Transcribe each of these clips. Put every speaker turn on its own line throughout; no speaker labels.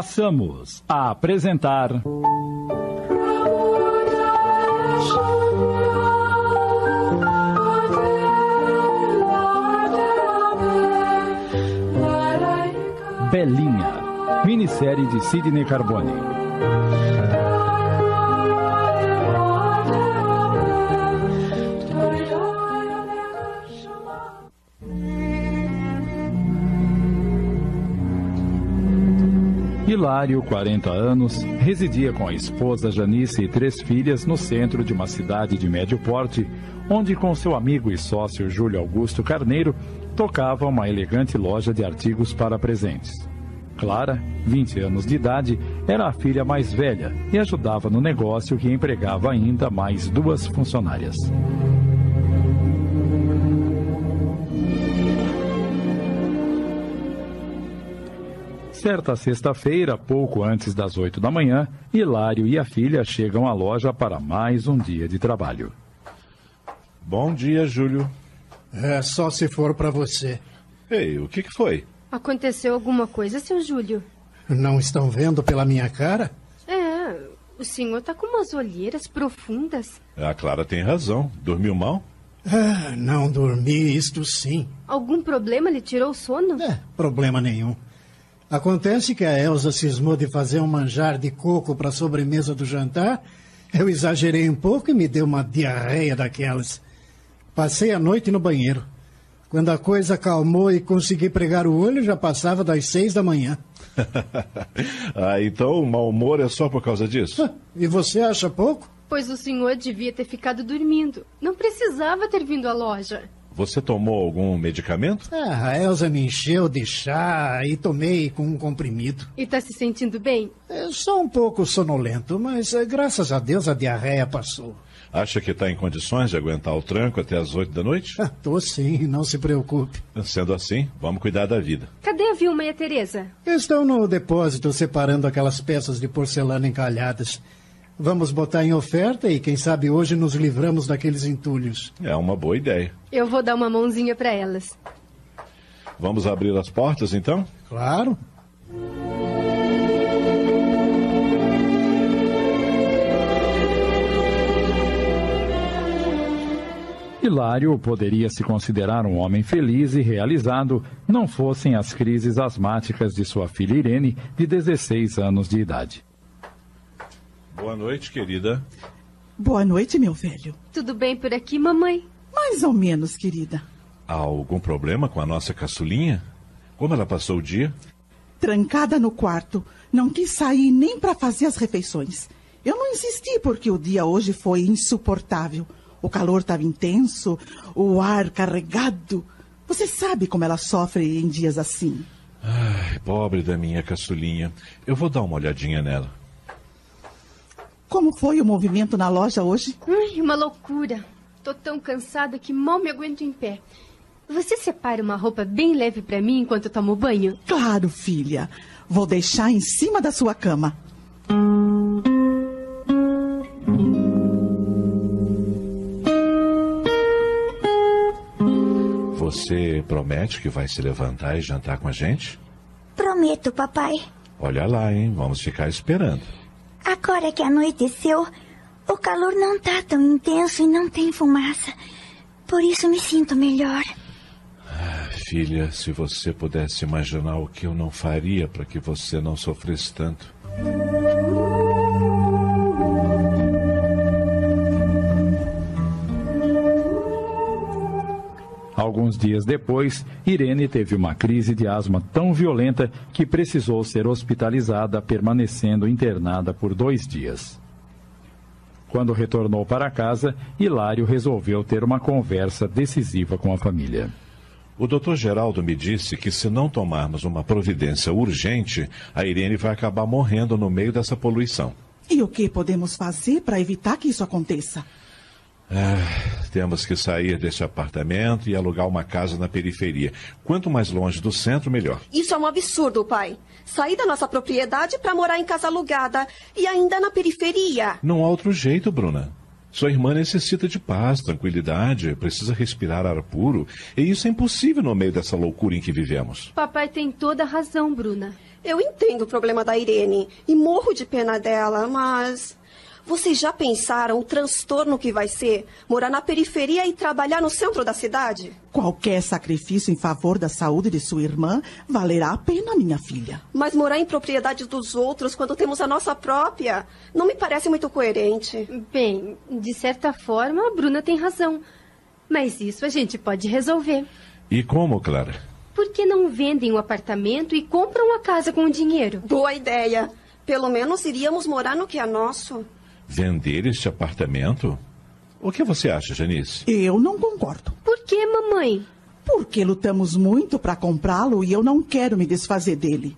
Passamos a apresentar. Belinha, minissérie de Sidney Carbone. Hilário, 40 anos, residia com a esposa Janice e três filhas no centro de uma cidade de médio porte, onde com seu amigo e sócio Júlio Augusto Carneiro tocava uma elegante loja de artigos para presentes. Clara, 20 anos de idade, era a filha mais velha e ajudava no negócio que empregava ainda mais duas funcionárias. Certa sexta-feira, pouco antes das oito da manhã, Hilário e a filha chegam à loja para mais um dia de trabalho.
Bom dia, Júlio.
É só se for pra você.
Ei, o que, que foi?
Aconteceu alguma coisa, seu Júlio?
Não estão vendo pela minha cara?
É, o senhor tá com umas olheiras profundas.
A Clara tem razão. Dormiu mal?
Ah, não dormi, isto sim.
Algum problema lhe tirou o sono?
É, problema nenhum. Acontece que a Elsa cismou de fazer um manjar de coco para a sobremesa do jantar. Eu exagerei um pouco e me deu uma diarreia daquelas. Passei a noite no banheiro. Quando a coisa acalmou e consegui pregar o olho, já passava das seis da manhã.
ah, então o mau humor é só por causa disso?
Ah, E você acha pouco?
Pois o senhor devia ter ficado dormindo. Não precisava ter vindo à loja.
Você tomou algum medicamento?
Ah, a Elsa me encheu de chá e tomei com um comprimido.
E tá se sentindo bem?
É só um pouco sonolento, mas eh, graças a Deus a diarreia passou.
Acha que está em condições de aguentar o tranco até as oito da noite?
Ah, tô sim, não se preocupe.
Sendo assim, vamos cuidar da vida.
Cadê a Vilma e a Teresa?
Estão no depósito separando aquelas peças de porcelana encalhadas. Vamos botar em oferta e quem sabe hoje nos livramos daqueles entulhos.
É uma boa ideia.
Eu vou dar uma mãozinha pra elas.
Vamos abrir as portas então?
Claro.
Hilário poderia se considerar um homem feliz e realizado, não fossem as crises asmáticas de sua filha Irene, de 16 anos de idade.
Boa noite, querida.
Boa noite, meu velho.
Tudo bem por aqui, mamãe?
Mais ou menos, querida.
Há algum problema com a nossa caçulinha? Como ela passou o dia?
Trancada no quarto, não quis sair nem para fazer as refeições. Eu não insisti porque o dia hoje foi insuportável. O calor estava intenso, o ar carregado. Você sabe como ela sofre em dias assim.
Ai, pobre da minha caçulinha. Eu vou dar uma olhadinha nela.
Como foi o movimento na loja hoje?
Ai, uma loucura. Tô tão cansada que mal me aguento em pé. Você separa uma roupa bem leve pra mim enquanto eu tomo banho?
Claro, filha. Vou deixar em cima da sua cama.
Você promete que vai se levantar e jantar com a gente?
Prometo, papai.
Olha lá, hein? Vamos ficar esperando.
Agora que anoiteceu, o calor não tá tão intenso e não tem fumaça. Por isso me sinto melhor.
Filha, se você pudesse imaginar o que eu não faria para que você não sofresse tanto.
Alguns dias depois, Irene teve uma crise de asma tão violenta que precisou ser hospitalizada, permanecendo internada por dois dias. Quando retornou para casa, Hilário resolveu ter uma conversa decisiva com a família.
O doutor Geraldo me disse que se não tomarmos uma providência urgente, a Irene vai acabar morrendo no meio dessa poluição.
E o que podemos fazer para evitar que isso aconteça?
Temos que sair desse apartamento e alugar uma casa na periferia. Quanto mais longe do centro, melhor.
Isso é um absurdo, pai. Sair da nossa propriedade para morar em casa alugada e ainda na periferia.
Não há outro jeito, Bruna. Sua irmã necessita de paz, tranquilidade, precisa respirar ar puro, e isso é impossível no meio dessa loucura em que vivemos.
Papai tem toda a razão, Bruna.
Eu entendo o problema da Irene e morro de pena dela, mas. Vocês já pensaram o transtorno que vai ser morar na periferia e trabalhar no centro da cidade?
Qualquer sacrifício em favor da saúde de sua irmã valerá a pena, minha filha.
Mas morar em propriedade dos outros quando temos a nossa própria não me parece muito coerente.
Bem, de certa forma, a Bruna tem razão. Mas isso a gente pode resolver.
E como, Clara?
Por que não vendem o apartamento e compram a casa com o dinheiro?
Boa ideia. Pelo menos iríamos morar no que é nosso.
Vender este apartamento? O que você acha, Janice?
Eu não concordo.
Por que, mamãe?
Porque lutamos muito para comprá-lo e eu não quero me desfazer dele.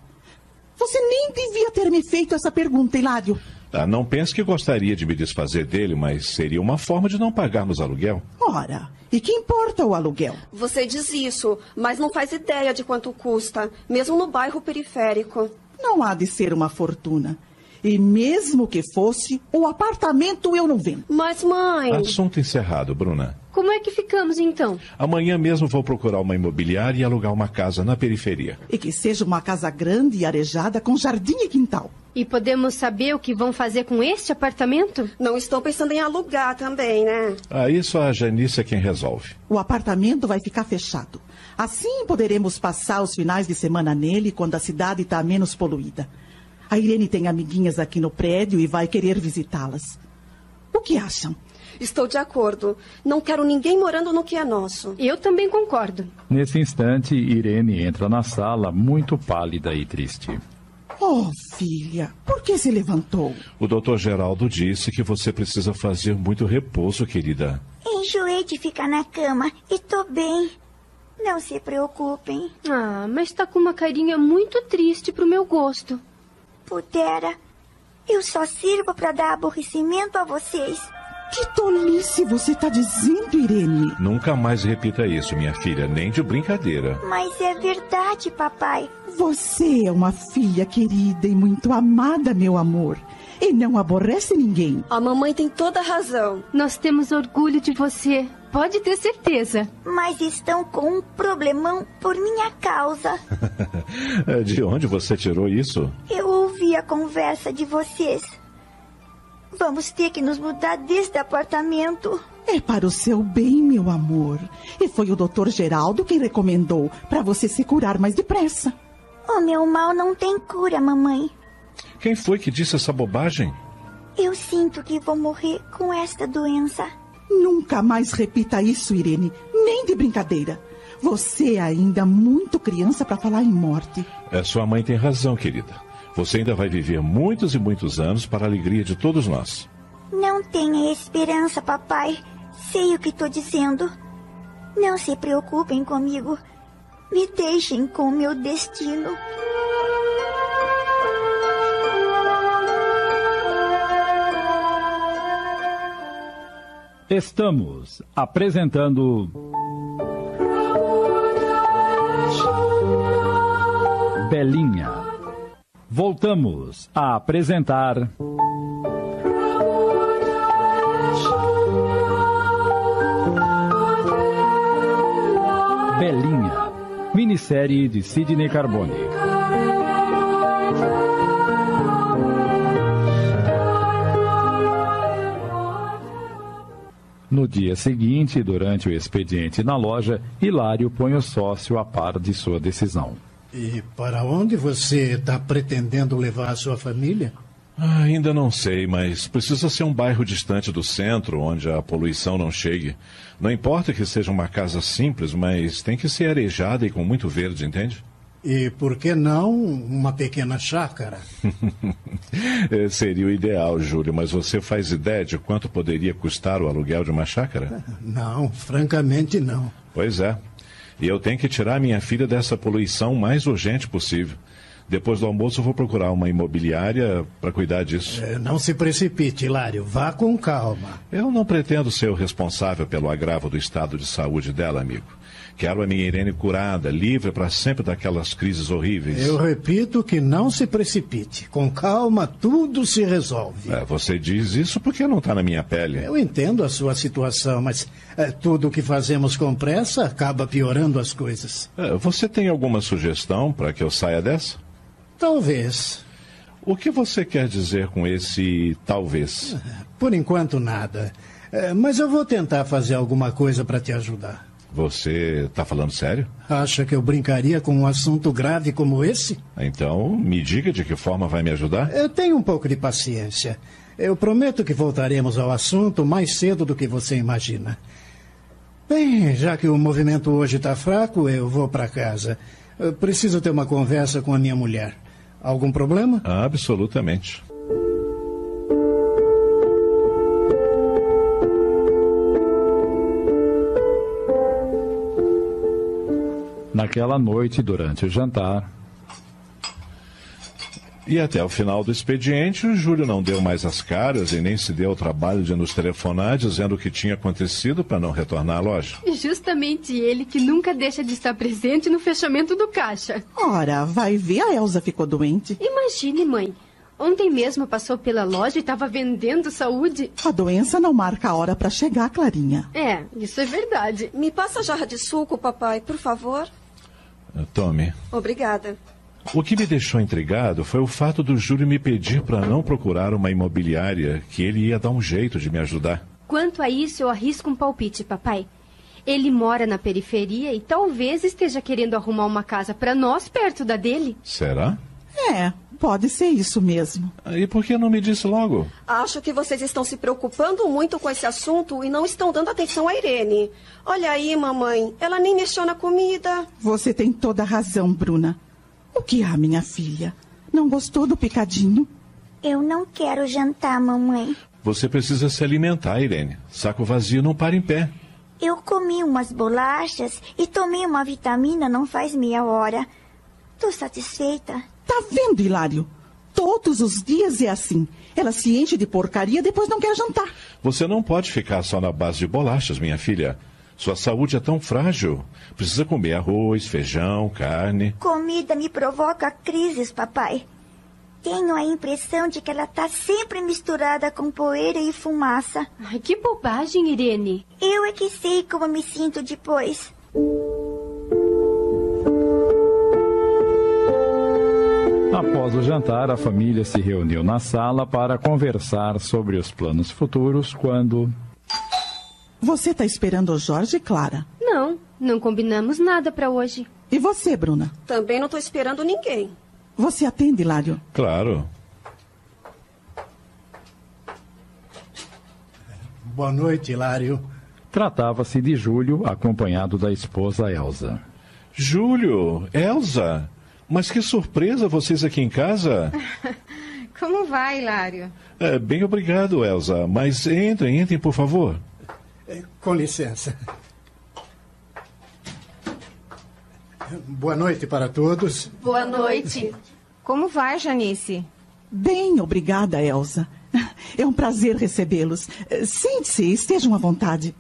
Você nem devia ter me feito essa pergunta, Hilário.
Ah, não pense que gostaria de me desfazer dele, mas seria uma forma de não pagarmos aluguel.
Ora, e que importa o aluguel?
Você diz isso, mas não faz ideia de quanto custa, mesmo no bairro periférico.
Não há de ser uma fortuna. E mesmo que fosse, o apartamento eu não vendo.
Mas, mãe,
Assunto encerrado, Bruna.
Como é que ficamos então?
Amanhã mesmo vou procurar uma imobiliária e alugar uma casa na periferia.
E que seja uma casa grande e arejada com jardim e quintal.
E podemos saber o que vão fazer com este apartamento?
não estão pensando em alugar também, né?
Ah, isso a Janice é quem resolve.
O apartamento vai ficar fechado. Assim poderemos passar os finais de semana nele quando a cidade está menos poluída. A Irene tem amiguinhas aqui no prédio e vai querer visitá-las. O que acham?
Estou de acordo. Não quero ninguém morando no que é nosso.
Eu também concordo.
Nesse instante, Irene entra na sala, muito pálida e triste.
Oh, filha, por que se levantou?
O doutor Geraldo disse que você precisa fazer muito repouso, querida.
Enjoei de ficar na cama e tô bem. Não se preocupem.
Ah, mas tá com uma carinha muito triste pro meu gosto.
Pudera, eu só sirvo pra dar aborrecimento a vocês.
Que tolice você está dizendo, Irene?
Nunca mais repita isso, minha filha, nem de brincadeira.
Mas é verdade, papai.
Você é uma filha querida e muito amada, meu amor. E não aborrece ninguém.
A mamãe tem toda a razão.
Nós temos orgulho de você. Pode ter certeza.
Mas estão com um problemão por minha causa.
Eh, De onde você tirou isso?
Eu ouvi a conversa de vocês. Vamos ter que nos mudar deste apartamento.
É para o seu bem, meu amor. E foi o Dr. Geraldo quem recomendou para você se curar mais depressa.
O Oh, meu mal não tem cura, mamãe.
Quem foi que disse essa bobagem?
Eu sinto que vou morrer com esta doença.
Nunca mais repita isso, Irene, nem de brincadeira. Você é ainda muito criança para falar em morte.
É, sua mãe tem razão, querida. Você ainda vai viver muitos e muitos anos para a alegria de todos nós.
Não tenha esperança, papai. Sei o que estou dizendo. Não se preocupem comigo. Me deixem com o meu destino.
Estamos apresentando. Belinha. Voltamos a apresentar. Belinha. Minissérie de Sidney Carbone. No dia seguinte, durante o expediente na loja, Hilário põe o sócio a par de sua decisão.
E para onde você está pretendendo levar a sua família?
Ah, ainda não sei, mas precisa ser um bairro distante do centro, onde a poluição não chegue. Não importa que seja uma casa simples, mas tem que ser arejada e com muito verde, entende?
E por que não uma pequena chácara?
Eh, Seria o ideal, Júlio, mas você faz ideia de quanto poderia custar o aluguel de uma chácara?
Não, francamente não.
Pois é. E eu tenho que tirar minha filha dessa poluição o mais urgente possível. Depois do almoço, eu vou procurar uma imobiliária para cuidar disso.
Eh, Não se precipite, Hilário. Vá com calma.
Eu não pretendo ser o responsável pelo agravo do estado de saúde dela, amigo. Quero a minha Irene curada, livre para sempre daquelas crises horríveis.
Eu repito que não se precipite. Com calma, tudo se resolve.
É, você diz isso porque não está na minha pele.
Eu entendo a sua situação, mas eh, tudo o que fazemos com pressa acaba piorando as coisas.
É, Você tem alguma sugestão para que eu saia dessa?
Talvez.
O que você quer dizer com esse talvez?
Por enquanto, nada. Eh, Mas eu vou tentar fazer alguma coisa para te ajudar.
Você está falando sério?
Acha que eu brincaria com um assunto grave como esse?
Então, me diga de que forma vai me ajudar?
Eu tenho um pouco de paciência. Eu prometo que voltaremos ao assunto mais cedo do que você imagina. Bem, já que o movimento hoje está fraco, eu vou para casa. Eu preciso ter uma conversa com a minha mulher. Algum problema?
Absolutamente.
Naquela noite, durante o jantar,
E até o final do expediente, o Júlio não deu mais as caras e nem se deu o trabalho de nos telefonar dizendo o que tinha acontecido para não retornar à loja.
E justamente ele que nunca deixa de estar presente no fechamento do caixa.
Ora, vai ver, a Elsa ficou doente.
Imagine, mãe. Ontem mesmo passou pela loja e estava vendendo saúde.
A doença não marca a hora para chegar, Clarinha.
É, isso é verdade.
Me passa a jarra de suco, papai, por favor.
Tome.
Obrigada.
O que me deixou intrigado foi o fato do Júlio me pedir para não procurar uma imobiliária, que ele ia dar um jeito de me ajudar.
Quanto a isso, eu arrisco um palpite, papai. Ele mora na periferia e talvez esteja querendo arrumar uma casa para nós perto da dele.
Será?
É, pode ser isso mesmo.
E por que não me disse logo?
Acho que vocês estão se preocupando muito com esse assunto e não estão dando atenção à Irene. Olha aí, mamãe, ela nem mexeu na comida.
Você tem toda a razão, Bruna. O que há, minha filha? Não gostou do picadinho?
Eu não quero jantar, mamãe.
Você precisa se alimentar, Irene. Saco vazio não para em pé.
Eu comi umas bolachas e tomei uma vitamina não faz meia hora. Tô satisfeita.
Tá vendo, Hilário? Todos os dias é assim. Ela se enche de porcaria depois não quer jantar.
Você não pode ficar só na base de bolachas, minha filha. Sua saúde é tão frágil. Precisa comer arroz, feijão, carne.
Comida me provoca crises, papai. Tenho a impressão de que ela tá sempre misturada com poeira e fumaça.
Ai, que bobagem, Irene.
Eu é que sei como me sinto depois.
após o jantar, a família se reuniu na sala para conversar sobre os planos futuros quando.
Você tá esperando o Jorge, Clara?
Não, não combinamos nada para hoje.
E você, Bruna?
Também não estou esperando ninguém.
Você atende, Hilário?
Claro.
Boa noite, Hilário.
Tratava-se de Júlio, acompanhado da esposa Elsa.
Júlio, Elsa, mas que surpresa vocês aqui em casa.
Como vai, Hilário?
É, bem obrigado, Elsa. Mas entrem, entrem, por favor.
Eh, Com licença. Boa noite para todos.
Boa noite.
Como vai, Janice?
Bem, obrigada, Elsa. É um prazer recebê-los. Eh, Sente-se, estejam à vontade.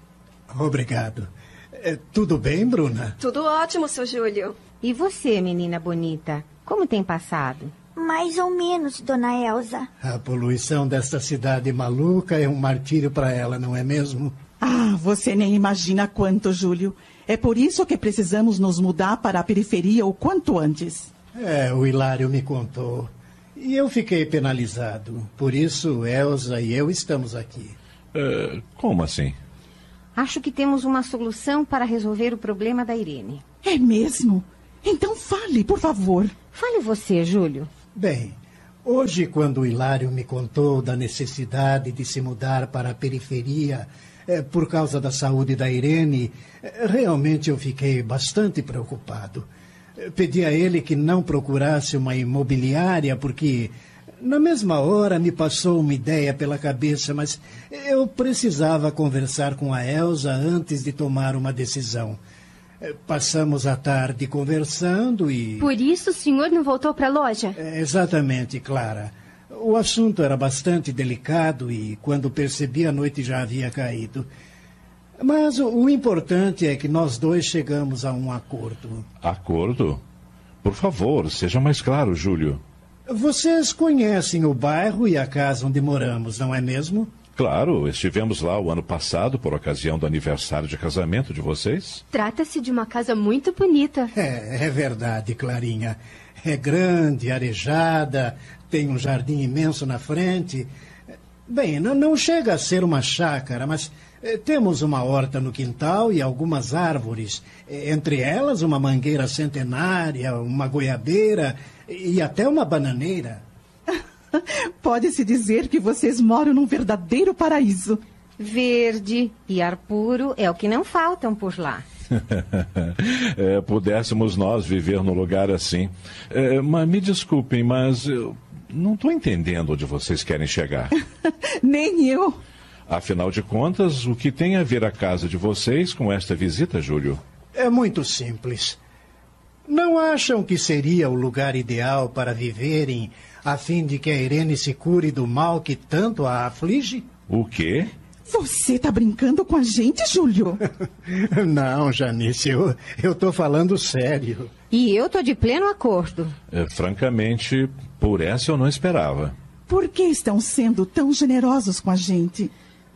Obrigado. Eh, Tudo bem, Bruna?
Tudo ótimo, seu Júlio.
E você, menina bonita? Como tem passado?
Mais ou menos, dona Elsa.
A poluição desta cidade maluca é um martírio para ela, não é mesmo?
Ah, você nem imagina quanto, Júlio. É por isso que precisamos nos mudar para a periferia o quanto antes.
É, o Hilário me contou. E eu fiquei penalizado. Por isso, Elsa e eu estamos aqui.
É, como assim?
Acho que temos uma solução para resolver o problema da Irene.
É mesmo? Então fale, por favor.
Fale você, Júlio.
Bem, hoje, quando o Hilário me contou da necessidade de se mudar para a periferia eh, por causa da saúde da Irene, eh, realmente eu fiquei bastante preocupado. Eh, Pedi a ele que não procurasse uma imobiliária, porque na mesma hora me passou uma ideia pela cabeça, mas eu precisava conversar com a Elsa antes de tomar uma decisão. Eh, Passamos a tarde conversando e.
Por isso o senhor não voltou para a loja?
É, Exatamente, Clara. O assunto era bastante delicado e, quando percebi, a noite já havia caído. Mas o, o importante é que nós dois chegamos a um acordo.
Acordo? Por favor, seja mais claro, Júlio.
Vocês conhecem o bairro e a casa onde moramos, não é mesmo?
Claro, estivemos lá o ano passado por ocasião do aniversário de casamento de vocês.
Trata-se de uma casa muito bonita.
É, é verdade, Clarinha. É grande, arejada, tem um jardim imenso na frente. Bem, não, não chega a ser uma chácara, mas eh, temos uma horta no quintal e algumas árvores. Eh, Entre elas, uma mangueira centenária, uma goiabeira e até uma bananeira.
Pode-se dizer que vocês moram num verdadeiro paraíso.
Verde e ar puro é o que não faltam por lá.
É, pudéssemos nós viver num lugar assim. É, mas me desculpem, mas eu não estou entendendo onde vocês querem chegar.
Nem eu.
Afinal de contas, o que tem a ver a casa de vocês com esta visita, Júlio?
É muito simples. Não acham que seria o lugar ideal para viverem a fim de que a Irene se cure do mal que tanto a aflige?
O quê?
Você tá brincando com a gente, Júlio?
Não, Janice, eu, eu tô falando sério.
E eu tô de pleno acordo.
É, francamente, por essa eu não esperava.
Por que estão sendo tão generosos com a gente?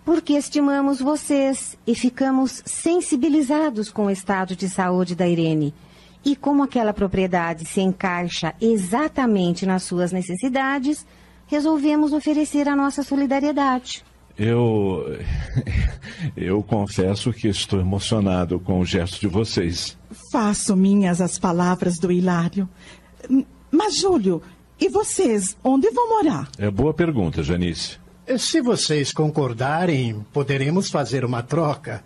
Porque estimamos vocês e ficamos sensibilizados com o estado de saúde da Irene. E como aquela propriedade se encaixa exatamente nas suas necessidades, resolvemos oferecer a nossa solidariedade.
Eu. Eu confesso que estou emocionado com o gesto de vocês.
Faço minhas as palavras do Hilário. Hum, Mas, Júlio, e vocês, onde vão morar?
É boa pergunta, Janice.
Se vocês concordarem, poderemos fazer uma troca.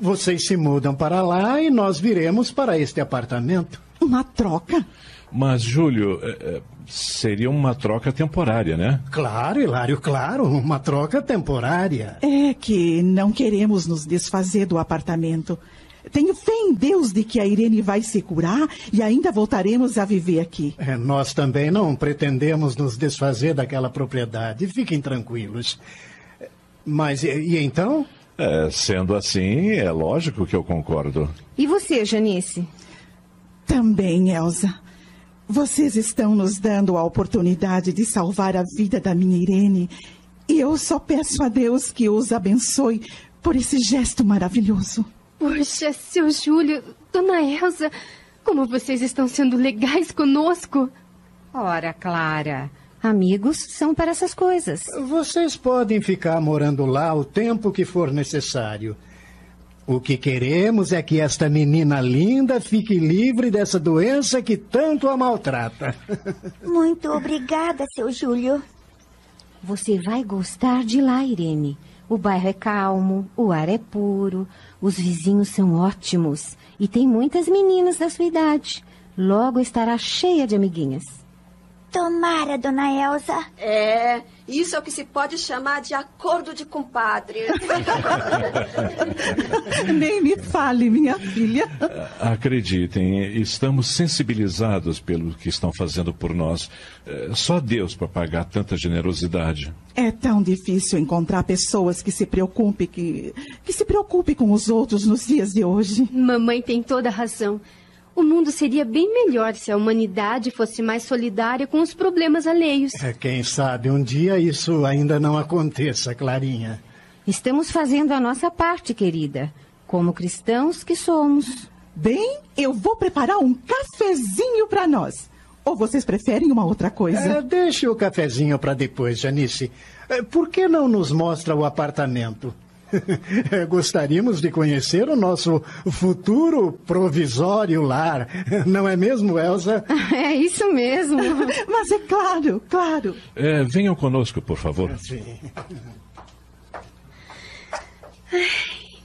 Vocês se mudam para lá e nós viremos para este apartamento.
Uma troca?
Mas, Júlio, é, é, seria uma troca temporária, né?
Claro, Hilário, claro, uma troca temporária.
É que não queremos nos desfazer do apartamento. Tenho fé em Deus de que a Irene vai se curar e ainda voltaremos a viver aqui.
É, Nós também não pretendemos nos desfazer daquela propriedade, fiquem tranquilos. Mas e, e então?
É, sendo assim, é lógico que eu concordo.
E você, Janice?
Também, Elsa. Vocês estão nos dando a oportunidade de salvar a vida da minha Irene. E eu só peço a Deus que os abençoe por esse gesto maravilhoso.
Poxa, seu Júlio, dona Elsa, como vocês estão sendo legais conosco.
Ora, Clara, amigos são para essas coisas.
Vocês podem ficar morando lá o tempo que for necessário. O que queremos é que esta menina linda fique livre dessa doença que tanto a maltrata.
Muito obrigada, seu Júlio.
Você vai gostar de lá, Irene. O bairro é calmo, o ar é puro, os vizinhos são ótimos e tem muitas meninas da sua idade. Logo estará cheia de amiguinhas.
Tomara, dona Elsa.
Tá.
É, isso é o que se pode chamar de acordo de compadre.
Nem me fale, minha filha.
Acreditem, estamos sensibilizados pelo que estão fazendo por nós. É, Só Deus para pagar tanta generosidade.
É tão difícil encontrar pessoas que se preocupem que, que se preocupe com os outros nos dias de hoje.
Mamãe tem toda a razão. O mundo seria bem melhor se a humanidade fosse mais solidária com os problemas alheios.
É, Quem sabe um dia isso ainda não aconteça, Clarinha.
Estamos fazendo a nossa parte, querida, como cristãos que somos.
Bem, eu vou preparar um cafezinho para nós. Ou vocês preferem uma outra coisa?
É, deixe o cafezinho para depois, Janice. É, Por que não nos mostra o apartamento? É, Gostaríamos de conhecer o nosso futuro provisório lar, não é mesmo, Elsa?
É isso mesmo.
Mas é claro, claro.
É, venham conosco, por favor.
Sim.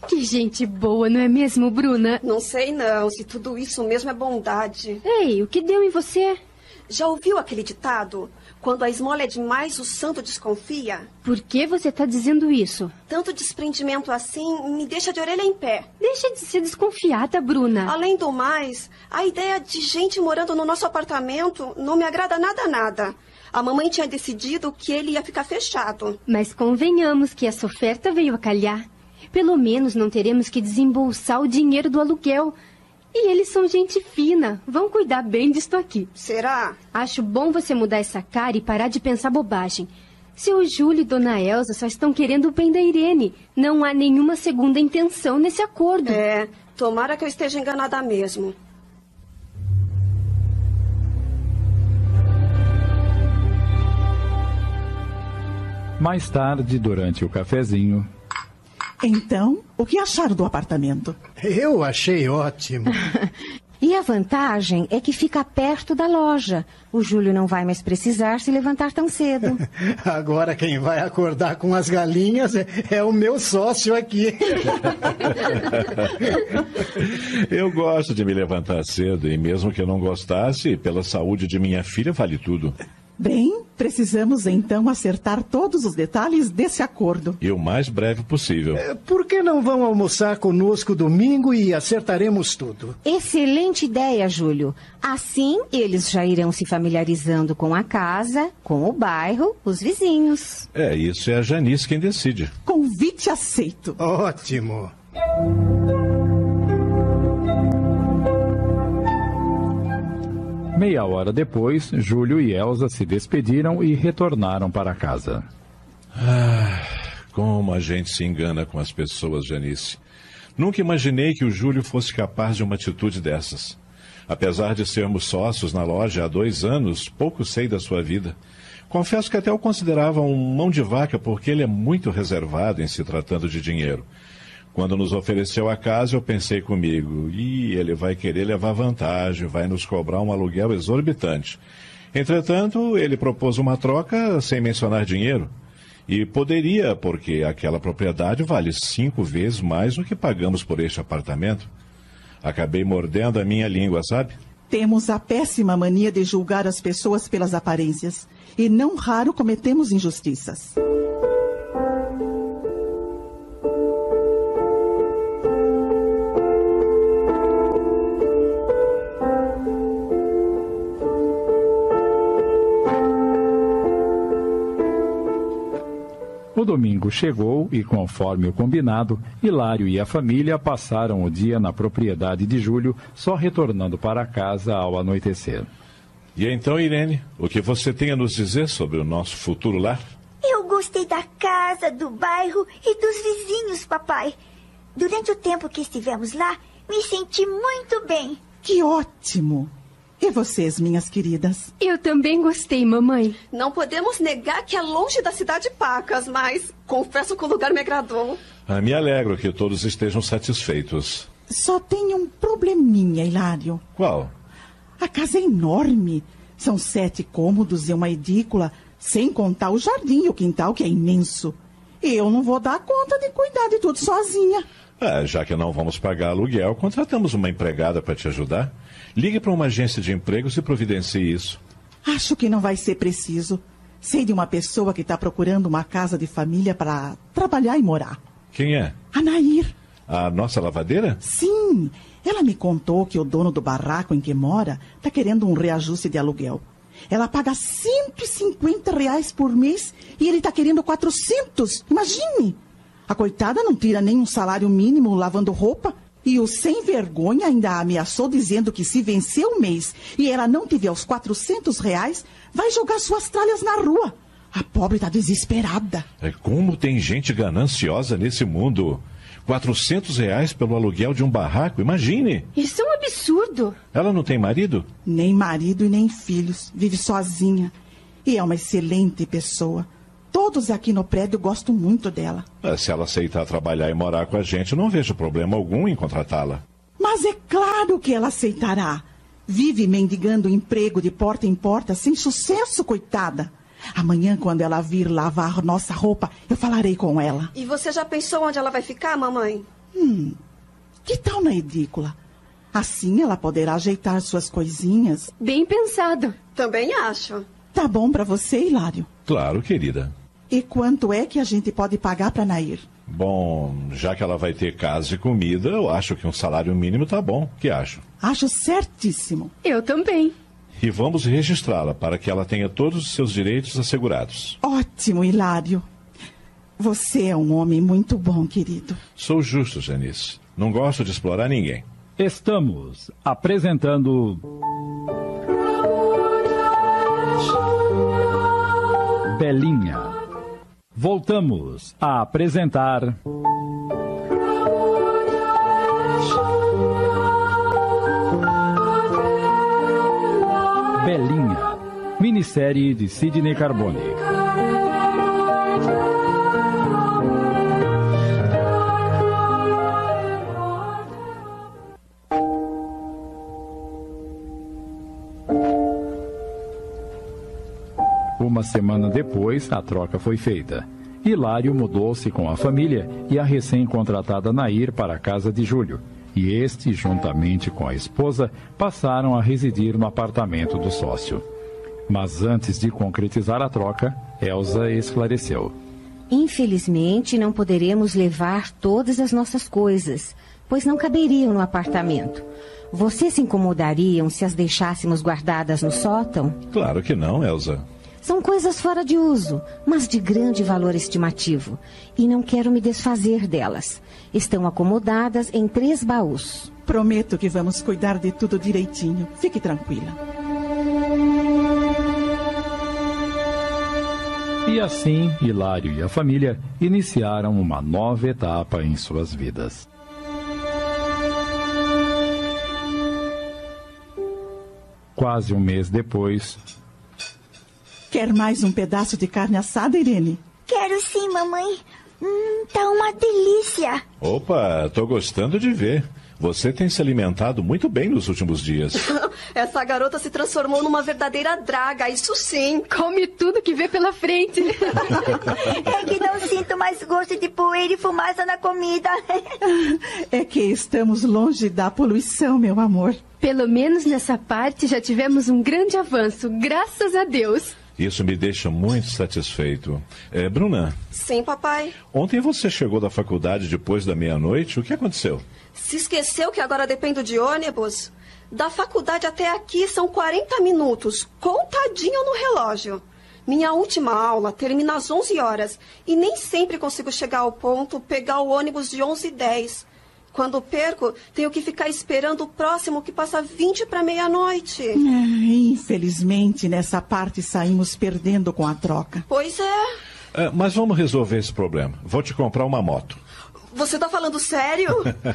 Que gente boa, não é mesmo, Bruna?
Não sei não se tudo isso mesmo é bondade.
Ei, o que deu em você?
Já ouviu aquele ditado? Quando a esmola é demais, o santo desconfia.
Por que você está dizendo isso?
Tanto desprendimento assim me deixa de orelha em pé.
Deixa de ser desconfiada, Bruna.
Além do mais, a ideia de gente morando no nosso apartamento não me agrada nada, nada. A mamãe tinha decidido que ele ia ficar fechado.
Mas convenhamos que essa oferta veio a calhar. Pelo menos não teremos que desembolsar o dinheiro do aluguel. E eles são gente fina, vão cuidar bem disso aqui.
Será?
Acho bom você mudar essa cara e parar de pensar bobagem. Seu Júlio e Dona Elsa só estão querendo o bem da Irene. Não há nenhuma segunda intenção nesse acordo.
É, tomara que eu esteja enganada mesmo.
Mais tarde, durante o cafezinho,
Então, o que acharam do apartamento?
Eu achei ótimo.
E a vantagem é que fica perto da loja. O Júlio não vai mais precisar se levantar tão cedo.
Agora quem vai acordar com as galinhas é, é o meu sócio aqui.
Eu gosto de me levantar cedo e mesmo que eu não gostasse, pela saúde de minha filha vale tudo.
Bem, precisamos então acertar todos os detalhes desse acordo.
E o mais breve possível.
Por que não vão almoçar conosco domingo e acertaremos tudo?
Excelente ideia, Júlio. Assim, eles já irão se familiarizando com a casa, com o bairro, os vizinhos.
É, isso é a Janice quem decide.
Convite aceito.
Ótimo.
meia hora depois, Júlio e Elsa se despediram e retornaram para casa.
Ah, Como a gente se engana com as pessoas, Janice. Nunca imaginei que o Júlio fosse capaz de uma atitude dessas. Apesar de sermos sócios na loja há dois anos, pouco sei da sua vida. Confesso que até o considerava um mão de vaca porque ele é muito reservado em se tratando de dinheiro. Quando nos ofereceu a casa, eu pensei comigo, e ele vai querer levar vantagem, vai nos cobrar um aluguel exorbitante. Entretanto, ele propôs uma troca sem mencionar dinheiro. E poderia, porque aquela propriedade vale cinco vezes mais do que pagamos por este apartamento. Acabei mordendo a minha língua, sabe?
Temos a péssima mania de julgar as pessoas pelas aparências e não raro cometemos injustiças.
O domingo chegou e, conforme o combinado, Hilário e a família passaram o dia na propriedade de Júlio, só retornando para casa ao anoitecer.
E então, Irene, o que você tem a nos dizer sobre o nosso futuro lar?
Eu gostei da casa, do bairro e dos vizinhos, papai. Durante o tempo que estivemos lá, me senti muito bem.
Que ótimo! E vocês, minhas queridas?
Eu também gostei, mamãe.
Não podemos negar que é longe da cidade Pacas, mas confesso que o lugar me agradou.
Ah, me alegro que todos estejam satisfeitos.
Só tem um probleminha, Hilário.
Qual?
A casa é enorme. São sete cômodos e uma edícula, sem contar o jardim e o quintal, que é imenso. Eu não vou dar conta de cuidar de tudo sozinha.
Ah, já que não vamos pagar aluguel, contratamos uma empregada para te ajudar. Ligue para uma agência de empregos e providencie isso.
Acho que não vai ser preciso. Sei de uma pessoa que está procurando uma casa de família para trabalhar e morar.
Quem é?
Anair.
A nossa lavadeira?
Sim, ela me contou que o dono do barraco em que mora está querendo um reajuste de aluguel. Ela paga 150 reais por mês e ele está querendo 400. Imagine! A coitada não tira nem um salário mínimo lavando roupa. E o sem vergonha ainda a ameaçou dizendo que se vencer o mês e ela não tiver os 400 reais, vai jogar suas tralhas na rua. A pobre está desesperada.
É, Como tem gente gananciosa nesse mundo? 400 reais pelo aluguel de um barraco, imagine!
Isso é um absurdo.
Ela não tem marido?
Nem marido e nem filhos. Vive sozinha. E é uma excelente pessoa. Todos aqui no prédio gostam muito dela.
Ah, Se ela aceitar trabalhar e morar com a gente, não vejo problema algum em contratá-la.
Mas é claro que ela aceitará. Vive mendigando emprego de porta em porta, sem sucesso, coitada. Amanhã, quando ela vir lavar nossa roupa, eu falarei com ela. Hum,
E você já pensou onde ela vai ficar, mamãe?
Que tal na edícula? Assim ela poderá ajeitar suas coisinhas.
Bem pensado.
Também acho.
Tá bom pra você, Hilário?
Claro, querida.
E quanto é que a gente pode pagar pra Nair?
Bom, já que ela vai ter casa e comida, eu acho que um salário mínimo tá bom. Que acho?
Acho certíssimo.
Eu também.
E vamos registrá-la para que ela tenha todos os seus direitos assegurados.
Ótimo, Hilário. Você é um homem muito bom, querido.
Sou justo, Janice. Não gosto de explorar ninguém.
Estamos apresentando. Belinha, Voltamos a apresentar. Belinha, minissérie de Sidney Carbone. Uma semana depois, a troca foi feita. Hilário mudou-se com a família e a recém-contratada Nair para a casa de Júlio. E este, juntamente com a esposa, passaram a residir no apartamento do sócio. Mas antes de concretizar a troca, Elsa esclareceu.
Infelizmente, não poderemos levar todas as nossas coisas, pois não caberiam no apartamento. Vocês se incomodariam se as deixássemos guardadas no sótão?
Claro que não, Elsa.
São coisas fora de uso, mas de grande valor estimativo. E não quero me desfazer delas. Estão acomodadas em três baús.
Prometo que vamos cuidar de tudo direitinho. Fique tranquila.
E assim, Hilário e a família iniciaram uma nova etapa em suas vidas. Quase um mês depois,
Quer mais um pedaço de carne assada, Irene?
Quero sim, mamãe. Hum, tá uma delícia.
Opa, tô gostando de ver. Você tem se alimentado muito bem nos últimos dias.
Essa garota se transformou numa verdadeira draga, isso sim.
Come tudo que vê pela frente.
É que não sinto mais gosto de poeira e fumaça na comida.
É que estamos longe da poluição, meu amor.
Pelo menos nessa parte já tivemos um grande avanço, graças a Deus.
Isso me deixa muito satisfeito. É, Bruna,
Sim, papai.
ontem você chegou da faculdade depois da meia-noite. O que aconteceu?
Se esqueceu que agora dependo de ônibus? Da faculdade até aqui são 40 minutos, contadinho no relógio. Minha última aula termina às 11 horas e nem sempre consigo chegar ao ponto pegar o ônibus de 11 e 10. Quando perco, tenho que ficar esperando o próximo que passa 20 para meia-noite.
Ah, Infelizmente, nessa parte saímos perdendo com a troca.
Pois é.
É, mas vamos resolver esse problema. Vou te comprar uma moto.
Você tá falando sério?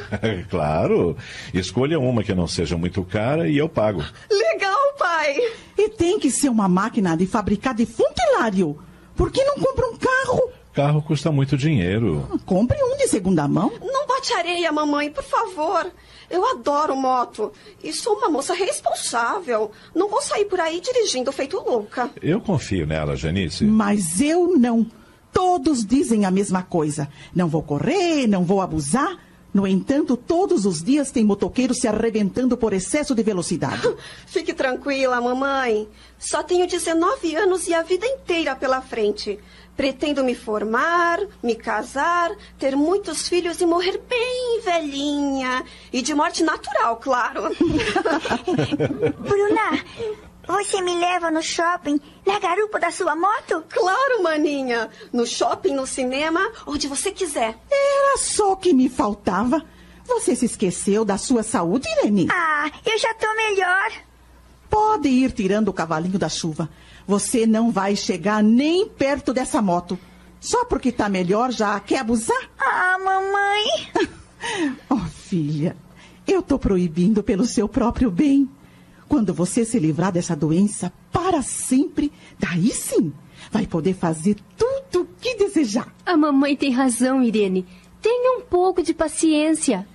claro. Escolha uma que não seja muito cara e eu pago.
Legal, pai.
E tem que ser uma máquina de fabricar defunto, Hilário. Por que não compra um carro?
Carro custa muito dinheiro.
Compre um de segunda mão.
Não bate areia, mamãe, por favor. Eu adoro moto e sou uma moça responsável. Não vou sair por aí dirigindo feito louca.
Eu confio nela, Janice.
Mas eu não. Todos dizem a mesma coisa. Não vou correr, não vou abusar. No entanto, todos os dias tem motoqueiro se arrebentando por excesso de velocidade.
Fique tranquila, mamãe. Só tenho 19 anos e a vida inteira pela frente. Pretendo me formar, me casar, ter muitos filhos e morrer bem velhinha. E de morte natural, claro.
Bruna, você me leva no shopping na garupa da sua moto?
claro, maninha. No shopping, no cinema, onde você quiser.
Era só o que me faltava. Você se esqueceu da sua saúde, Irene?
Ah, eu já tô melhor.
Pode ir tirando o cavalinho da chuva. Você não vai chegar nem perto dessa moto. Só porque tá melhor já quer abusar?
Ah, mamãe.
Oh, filha, eu tô proibindo pelo seu próprio bem. Quando você se livrar dessa doença para sempre, daí sim vai poder fazer tudo o que desejar.
A mamãe tem razão, Irene. Tenha um pouco de paciência.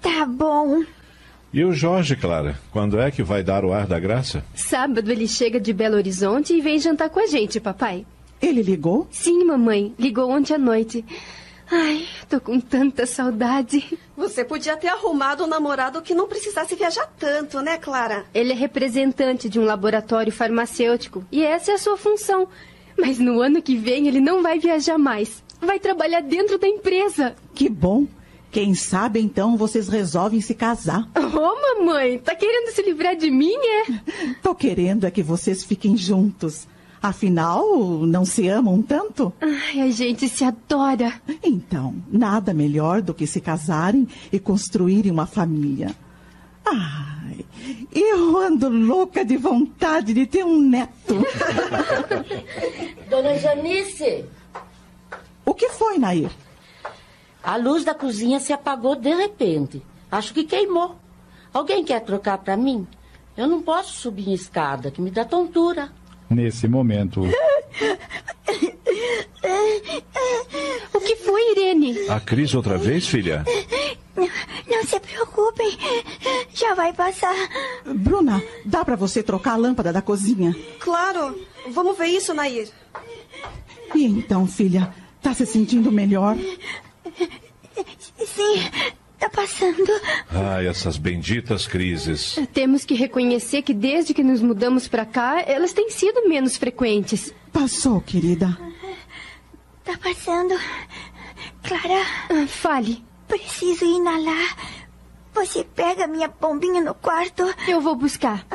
Tá bom.
E o Jorge, Clara? Quando é que vai dar o ar da graça?
Sábado ele chega de Belo Horizonte e vem jantar com a gente, papai.
Ele ligou?
Sim, mamãe. Ligou ontem à noite. Ai, tô com tanta saudade.
Você podia ter arrumado um namorado que não precisasse viajar tanto, né, Clara?
Ele é representante de um laboratório farmacêutico e essa é a sua função. Mas no ano que vem ele não vai viajar mais. Vai trabalhar dentro da empresa.
Que bom. Quem sabe então vocês resolvem se casar.
Oh, mamãe, tá querendo se livrar de mim, é?
Tô querendo é que vocês fiquem juntos. Afinal, não se amam tanto?
Ai, a gente se adora.
Então, nada melhor do que se casarem e construírem uma família. Ai, eu ando louca de vontade de ter um neto.
Dona Janice,
O que foi, Nair?
a luz da cozinha se apagou de repente. Acho que queimou. Alguém quer trocar pra mim? Eu não posso subir em escada, que me dá tontura.
Nesse momento,
O que foi, Irene?
A Cris outra vez, filha?
Não, não se preocupem, já vai passar.
Bruna, dá pra você trocar a lâmpada da cozinha?
Claro, vamos ver isso, Nair.
E então, filha, tá se sentindo melhor?
Sim, tá passando.
Ai, essas benditas crises.
Temos que reconhecer que desde que nos mudamos pra cá, elas têm sido menos frequentes.
Passou, querida.
Tá passando. Clara,
Ah, fale,
preciso inalar. Você pega minha bombinha no quarto?
eu vou buscar.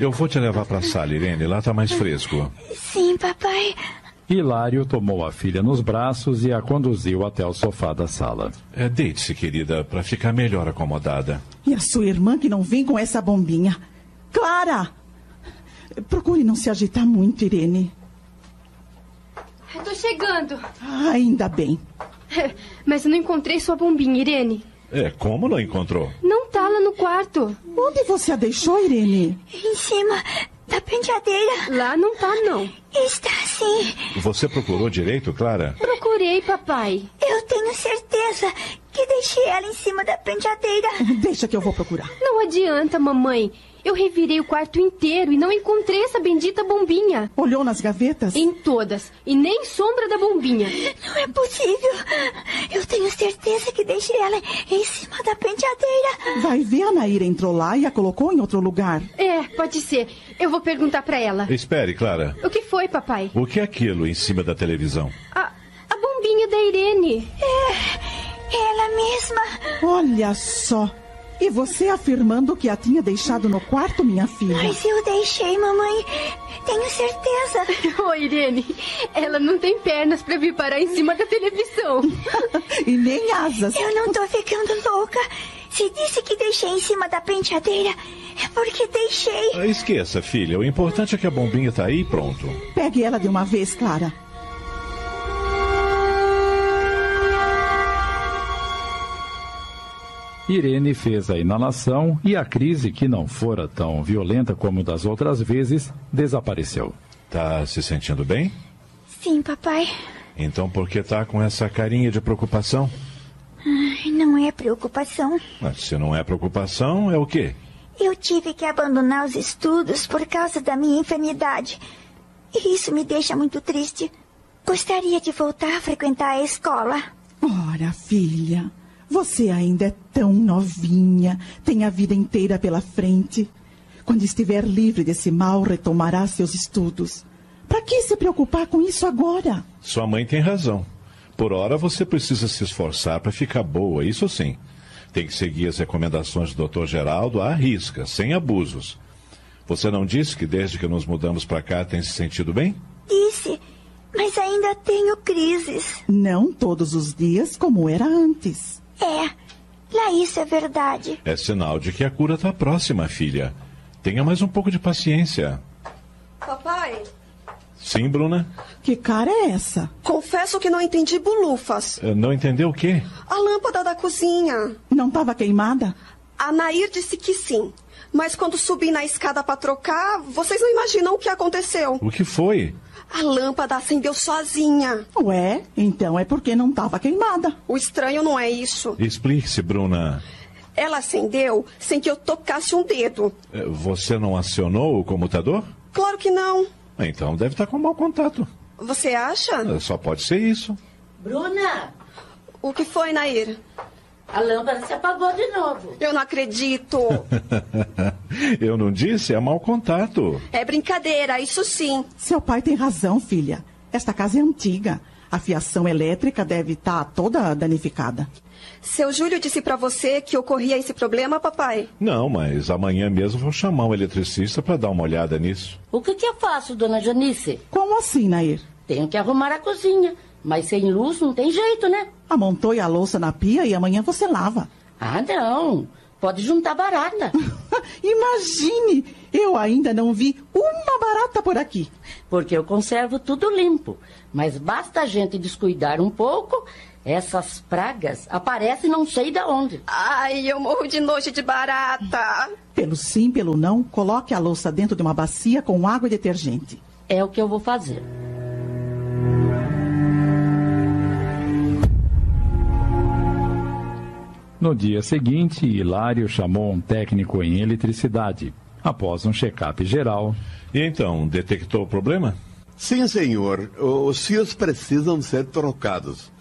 Eu vou te levar pra sala, Irene. Lá tá mais fresco.
Sim, papai.
Hilário tomou a filha nos braços e a conduziu até o sofá da sala.
É, Deite-se, querida, pra ficar melhor acomodada.
E a sua irmã que não vem com essa bombinha? Clara! Procure não se agitar muito, Irene.
Eu tô chegando.
Ah, ainda bem.
Mas eu não encontrei sua bombinha, Irene.
É, como não encontrou?
Não tá lá no quarto.
Onde você a deixou, Irene?
Em cima da penteadeira.
Lá não tá, não.
Está assim. sim.
Você procurou direito, Clara?
Procurei, papai.
Eu tenho certeza que deixei ela em cima da penteadeira.
Deixa que eu vou procurar.
Não adianta, mamãe. Eu revirei o quarto inteiro e não encontrei essa bendita bombinha.
Olhou nas gavetas?
Em todas. E nem sombra da bombinha.
Não é possível. Eu tenho certeza que deixei ela em cima da penteadeira.
Vai ver, a Naira entrou lá e a colocou em outro lugar.
É, pode ser. Eu vou perguntar pra ela.
Espere, Clara.
O que foi, papai?
O que é aquilo em cima da televisão?
A, a bombinha da Irene.
Ela mesma.
Olha só! E você afirmando que a tinha deixado no quarto, minha filha?
Mas eu deixei,
É,
mamãe. Tenho certeza.
Ô, Irene, ela não tem pernas pra vir parar em cima da televisão.
E nem asas.
Eu não tô ficando louca. Se disse que deixei em cima da penteadeira, é porque deixei.
Ah, Esqueça, filha. O importante é que a bombinha tá aí e pronto.
Pegue ela de uma vez, Clara.
Irene fez a inalação e a crise, que não fora tão violenta como das outras vezes, desapareceu.
Tá se sentindo bem?
Sim, papai.
Então por que tá com essa carinha de preocupação?
Ai, não é preocupação.
Ah, Se não é preocupação, é o quê?
Eu tive que abandonar os estudos por causa da minha enfermidade. E isso me deixa muito triste. Gostaria de voltar a frequentar a escola.
Ora, filha, você ainda é tão novinha, tem a vida inteira pela frente. Quando estiver livre desse mal, retomará seus estudos. Para que se preocupar com isso agora?
Sua mãe tem razão. Por hora você precisa se esforçar para ficar boa, isso sim. Tem que seguir as recomendações do Dr. Geraldo à risca, sem abusos. Você não disse que desde que nos mudamos para cá tem se sentido bem?
Disse, mas ainda tenho crises.
Não todos os dias como era antes.
É, lá isso é verdade.
É sinal de que a cura está próxima, filha. Tenha mais um pouco de paciência.
Papai,
Sim, Bruna?
Que cara é essa?
confesso que não entendi bulufas.
Eh, Não entendeu o quê?
A lâmpada da cozinha.
Não estava queimada?
A Nair disse que sim. Mas quando subi na escada pra trocar, vocês não imaginam o que aconteceu.
O que foi?
A lâmpada acendeu sozinha.
Ué, então é porque não estava queimada.
O estranho não é isso.
Explique-se, Bruna.
Ela acendeu sem que eu tocasse um dedo.
Eh, Você não acionou o computador?
Claro que não.
Então deve estar com mau contato.
Você acha?
Eh, Só pode ser isso.
Bruna,
O que foi, Nair?
a lâmpada se apagou de novo.
Eu não acredito.
Eu não disse, é mau contato.
É brincadeira, isso sim.
Seu pai tem razão, filha. Esta casa é antiga. A fiação elétrica deve estar toda danificada.
Seu Júlio disse pra você que ocorria esse problema, papai?
Não, mas amanhã mesmo vou chamar um eletricista para dar uma olhada nisso.
O que, que eu faço, dona Janice?
Como assim, Nair?
Tenho que arrumar a cozinha. Mas sem luz não tem jeito, né?
Amontoe a louça na pia e amanhã você lava.
Ah, não. Pode juntar barata.
Imagine! Eu ainda não vi uma barata por aqui.
Porque eu conservo tudo limpo. Mas basta a gente descuidar um pouco, essas pragas aparecem não sei de onde.
Ai, eu morro de nojo de barata.
Pelo sim, pelo não, coloque a louça dentro de uma bacia com água e detergente.
É o que eu vou fazer.
No dia seguinte, Hilário chamou um técnico em eletricidade, após um check-up geral.
E então, detectou o problema?
Sim, senhor. Os fios precisam ser trocados,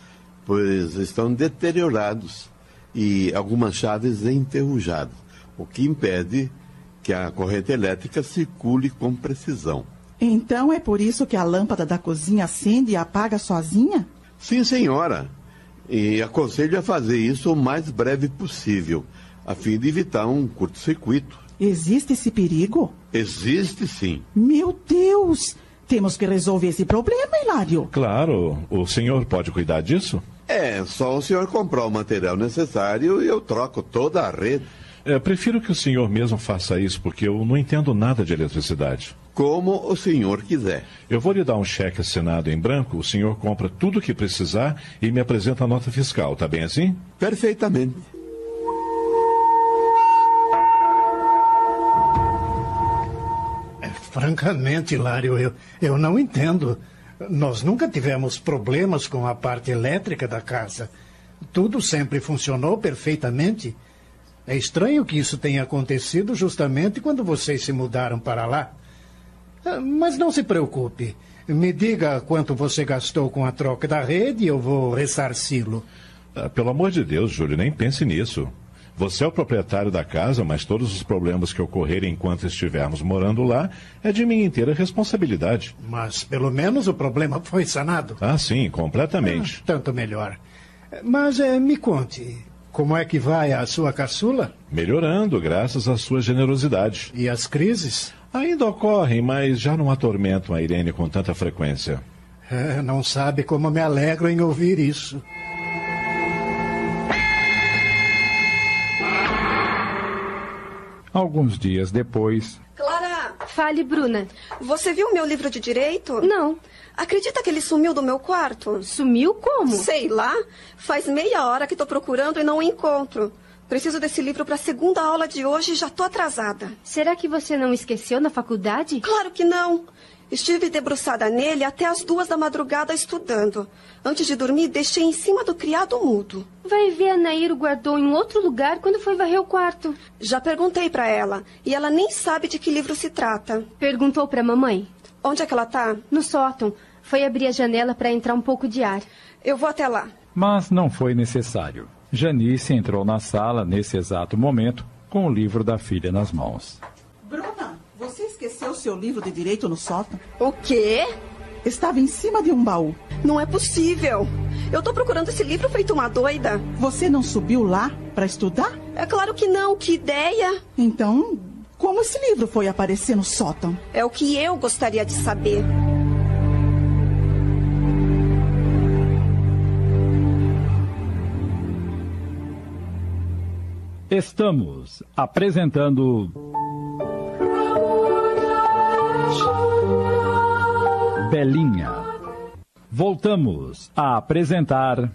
pois estão deteriorados e algumas chaves enferrujadas, o que impede que a corrente elétrica circule com precisão.
Então é por isso que a lâmpada da cozinha acende e apaga sozinha?
Sim, senhora. E aconselho a fazer isso o mais breve possível, a fim de evitar um curto-circuito.
Existe esse perigo?
Existe sim.
Meu Deus! Temos que resolver esse problema, Hilário.
Claro, o senhor pode cuidar disso?
É, só o senhor comprar o material necessário e eu troco toda a rede.
É, prefiro que o senhor mesmo faça isso, porque eu não entendo nada de eletricidade.
Como o senhor quiser.
Eu vou lhe dar um cheque assinado em branco, o senhor compra tudo o que precisar e me apresenta a nota fiscal, tá bem assim?
Perfeitamente.
É, francamente, Hilário, eu, eu não entendo. Nós nunca tivemos problemas com a parte elétrica da casa. Tudo sempre funcionou perfeitamente. É estranho que isso tenha acontecido justamente quando vocês se mudaram para lá. Ah, Mas não se preocupe. Me diga quanto você gastou com a troca da rede e eu vou ressarci-lo.
Ah, Pelo amor de Deus, Júlio, nem pense nisso. Você é o proprietário da casa, mas todos os problemas que ocorrerem enquanto estivermos morando lá é de minha inteira responsabilidade.
Mas pelo menos o problema foi sanado. Ah,
Ah, sim, completamente.
Tanto melhor. Mas eh, me conte, como é que vai a sua caçula
Melhorando, graças à sua generosidade.
e as crises?
Ainda ocorrem, mas já não atormentam a Irene com tanta frequência.
É, não sabe como me alegro em ouvir isso.
Alguns dias depois,
Clara,
Fale, Bruna.
você viu meu livro de direito?
Não.
Acredita que ele sumiu do meu quarto?
Sumiu como?
Sei lá. Faz meia hora que estou procurando e não o encontro. Preciso desse livro para a segunda aula de hoje e já estou atrasada.
Será que você não esqueceu na faculdade?
Claro que não. Estive debruçada nele até as duas da madrugada estudando. Antes de dormir, deixei em cima do criado mudo.
Vai ver, a Nair o guardou em outro lugar quando foi varrer o quarto.
Já perguntei para ela e ela nem sabe de que livro se trata.
Perguntou pra mamãe.
Onde é que ela tá?
Ah, No sótão. Foi abrir a janela para entrar um pouco de ar.
Eu vou até lá.
mas não foi necessário. Janice entrou na sala nesse exato momento com o livro da filha nas mãos.
Bruna, você esqueceu seu livro de direito no sótão?
O quê?
Estava em cima de um baú.
Não é possível. Eu tô procurando esse livro feito uma doida.
Você não subiu lá para estudar?
É claro que não, que ideia.
Então, como esse livro foi aparecer no sótão?
É o que eu gostaria de saber.
Estamos apresentando. Belinha. Voltamos a apresentar.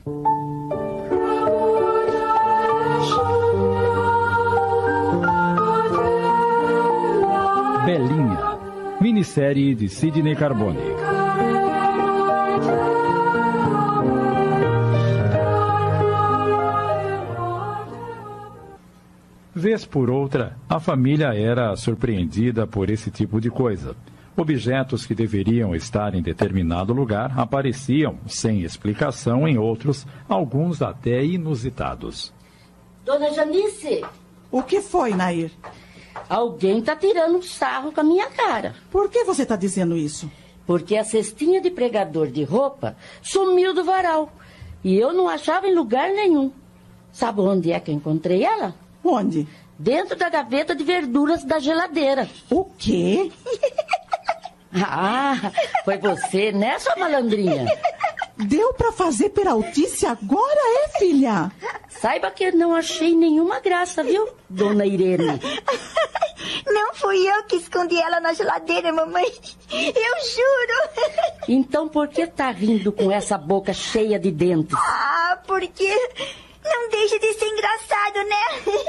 Belinha. Minissérie de Sidney Carbone. Vez por outra, a família era surpreendida por esse tipo de coisa. Objetos que deveriam estar em determinado lugar apareciam, sem explicação, em outros, alguns até inusitados.
Dona Janice,
O que foi, Nair?
alguém tá tirando um sarro com a minha cara.
Por que você está dizendo isso?
Porque a cestinha de pregador de roupa sumiu do varal. E eu não achava em lugar nenhum. Sabe onde é que eu encontrei ela?
Onde?
Dentro da gaveta de verduras da geladeira.
O quê?
Ah, foi você, né, sua malandrinha?
Deu para fazer peraltice agora, é, filha?
Saiba que eu não achei nenhuma graça, viu, dona Irene?
Não fui eu que escondi ela na geladeira, mamãe. Eu juro.
Então por que tá rindo com essa boca cheia de dentes?
Ah, porque não deixa de ser engraçado, né?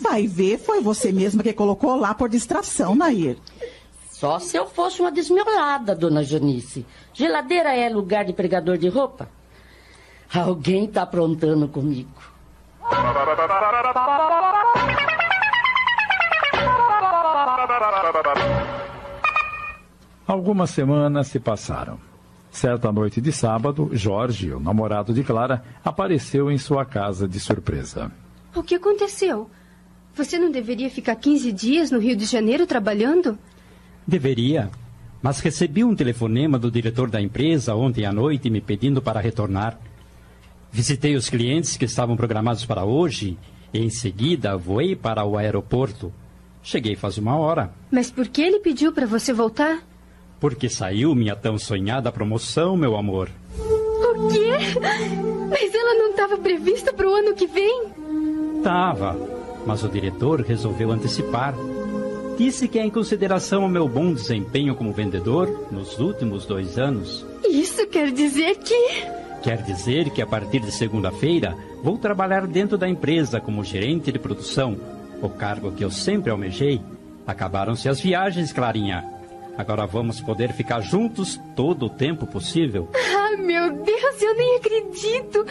Vai ver, foi você mesma que colocou lá por distração, Nair.
Só se eu fosse uma desmiolada, dona Janice. Geladeira é lugar de pregador de roupa? Alguém tá aprontando comigo.
Algumas semanas se passaram. Certa noite de sábado, Jorge, o namorado de Clara, apareceu em sua casa de surpresa.
O que aconteceu? Você não deveria ficar 15 dias no Rio de Janeiro trabalhando?
Deveria, mas recebi um telefonema do diretor da empresa ontem à noite me pedindo para retornar. Visitei os clientes que estavam programados para hoje e em seguida voei para o aeroporto. Cheguei faz uma hora,
Mas por que ele pediu para você voltar?
porque saiu minha tão sonhada promoção, meu amor.
O quê? Mas ela não estava prevista para o ano que vem?
Tava, mas o diretor resolveu antecipar. Disse que é em consideração ao meu bom desempenho como vendedor nos últimos dois anos.
Isso quer dizer que.
Quer dizer que a partir de segunda-feira vou trabalhar dentro da empresa como gerente de produção, o cargo que eu sempre almejei. Acabaram-se as viagens, Clarinha. Agora vamos poder ficar juntos todo o tempo possível.
Ah, meu Deus, eu nem acredito!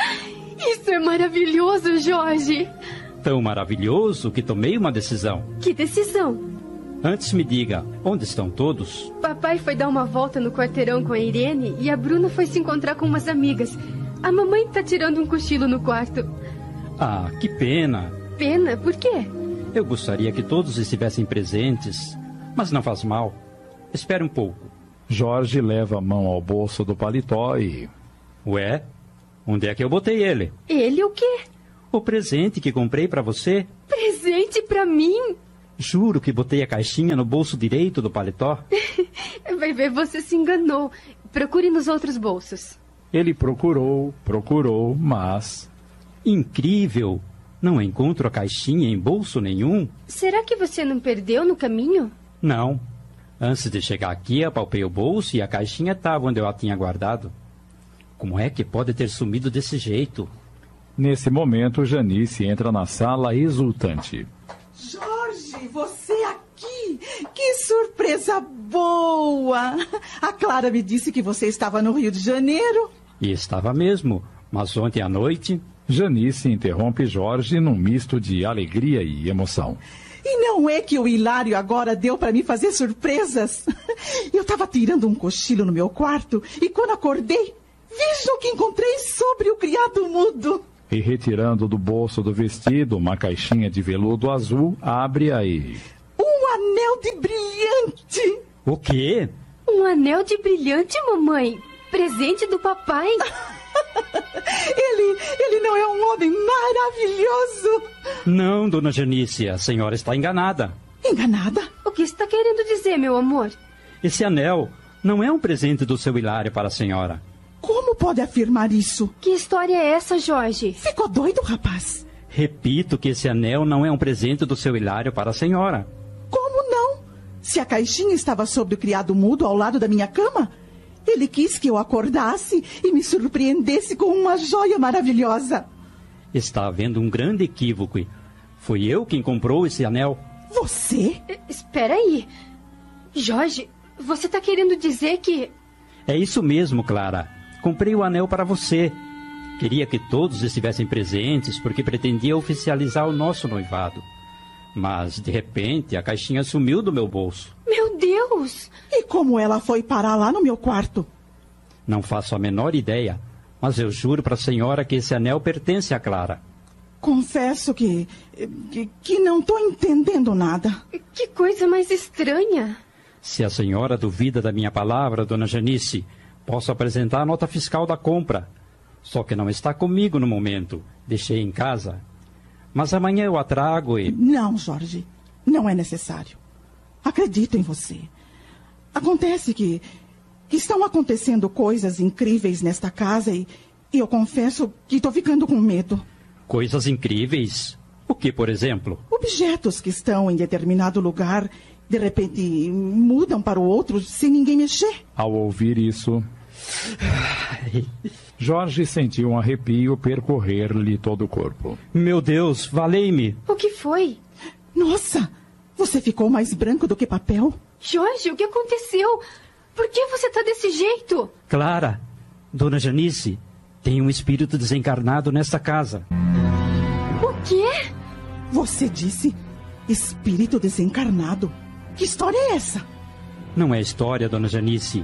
Isso é maravilhoso, Jorge!
Tão maravilhoso que tomei uma decisão.
Que decisão!
Antes me diga, onde estão todos?
Papai foi dar uma volta no quarteirão com a Irene e a Bruna foi se encontrar com umas amigas. A mamãe tá tirando um cochilo no quarto.
Ah, que pena!
Pena, por quê?
Eu gostaria que todos estivessem presentes, mas não faz mal. Espere um pouco.
Jorge leva a mão ao bolso do paletó e.
Ué? Onde é que eu botei ele?
Ele o quê?
O presente que comprei para você?
Presente pra mim?
Juro que botei a caixinha no bolso direito do paletó.
Vai ver, você se enganou. Procure nos outros bolsos.
Ele procurou, procurou, mas.
Incrível! Não encontro a caixinha em bolso nenhum.
Será que você não perdeu no caminho?
Não. Antes de chegar aqui, apalpei o bolso e a caixinha estava onde eu a tinha guardado. Como é que pode ter sumido desse jeito?
Nesse momento, Janice entra na sala exultante.
Jorge, você aqui! Que surpresa boa! A Clara me disse que você estava no Rio de Janeiro.
E estava mesmo, mas ontem à noite.
Janice interrompe Jorge num misto de alegria e emoção.
E não é que o Hilário agora deu para mim fazer surpresas? Eu estava tirando um cochilo no meu quarto e quando acordei, veja o que encontrei sobre o criado mudo.
E retirando do bolso do vestido uma caixinha de veludo azul, abre aí.
Um anel de brilhante.
O quê?
Um anel de brilhante, mamãe. Presente do papai.
Ele, ele não é um homem maravilhoso?
Não, dona Janice, a senhora está enganada.
Enganada?
O que está querendo dizer, meu amor?
Esse anel não é um presente do seu Hilário para a senhora.
Como pode afirmar isso?
Que história é essa, Jorge?
Ficou doido, rapaz?
Repito que esse anel não é um presente do seu Hilário para a senhora.
Como não? Se a caixinha estava sobre o criado mudo ao lado da minha cama, ele quis que eu acordasse e me surpreendesse com uma joia maravilhosa.
Está havendo um grande equívoco. Foi eu quem comprou esse anel.
Você?
E- Espera aí. Jorge, você está querendo dizer que.
É isso mesmo, Clara. Comprei o anel para você. Queria que todos estivessem presentes porque pretendia oficializar o nosso noivado. Mas, de repente, a caixinha sumiu do meu bolso.
Meu Deus!
E como ela foi parar lá no meu quarto?
Não faço a menor ideia, mas eu juro para a senhora que esse anel pertence a Clara.
Confesso que. que, que não estou entendendo nada.
Que coisa mais estranha!
Se a senhora duvida da minha palavra, dona Janice, posso apresentar a nota fiscal da compra. Só que não está comigo no momento. Deixei em casa. Mas amanhã eu a trago e.
Não, Jorge, não é necessário. Acredito em você. Acontece que, que estão acontecendo coisas incríveis nesta casa e, e eu confesso que estou ficando com medo.
Coisas incríveis. O que, por exemplo?
Objetos que estão em determinado lugar, de repente, mudam para o outro sem ninguém mexer.
Ao ouvir isso, Jorge sentiu um arrepio percorrer-lhe todo o corpo.
Meu Deus, valei-me!
O que foi?
Nossa! Você ficou mais branco do que papel?
Jorge, o que aconteceu? Por que você está desse jeito?
Clara, Dona Janice, tem um espírito desencarnado nesta casa.
O quê?
Você disse espírito desencarnado. Que história é essa?
Não é história, Dona Janice.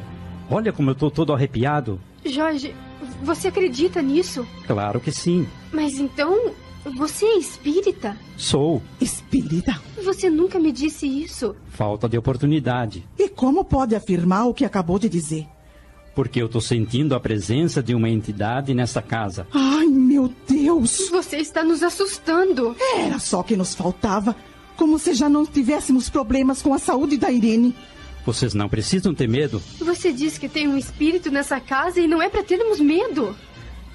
Olha como eu estou todo arrepiado.
Jorge, você acredita nisso?
Claro que sim.
Mas então, você é espírita?
Sou.
Espírita?
Você nunca me disse isso.
Falta de oportunidade.
E como pode afirmar o que acabou de dizer?
Porque eu estou sentindo a presença de uma entidade nesta casa.
Ai, meu Deus!
Você está nos assustando.
Era só que nos faltava. Como se já não tivéssemos problemas com a saúde da Irene.
Vocês não precisam ter medo.
Você diz que tem um espírito nessa casa e não é para termos medo.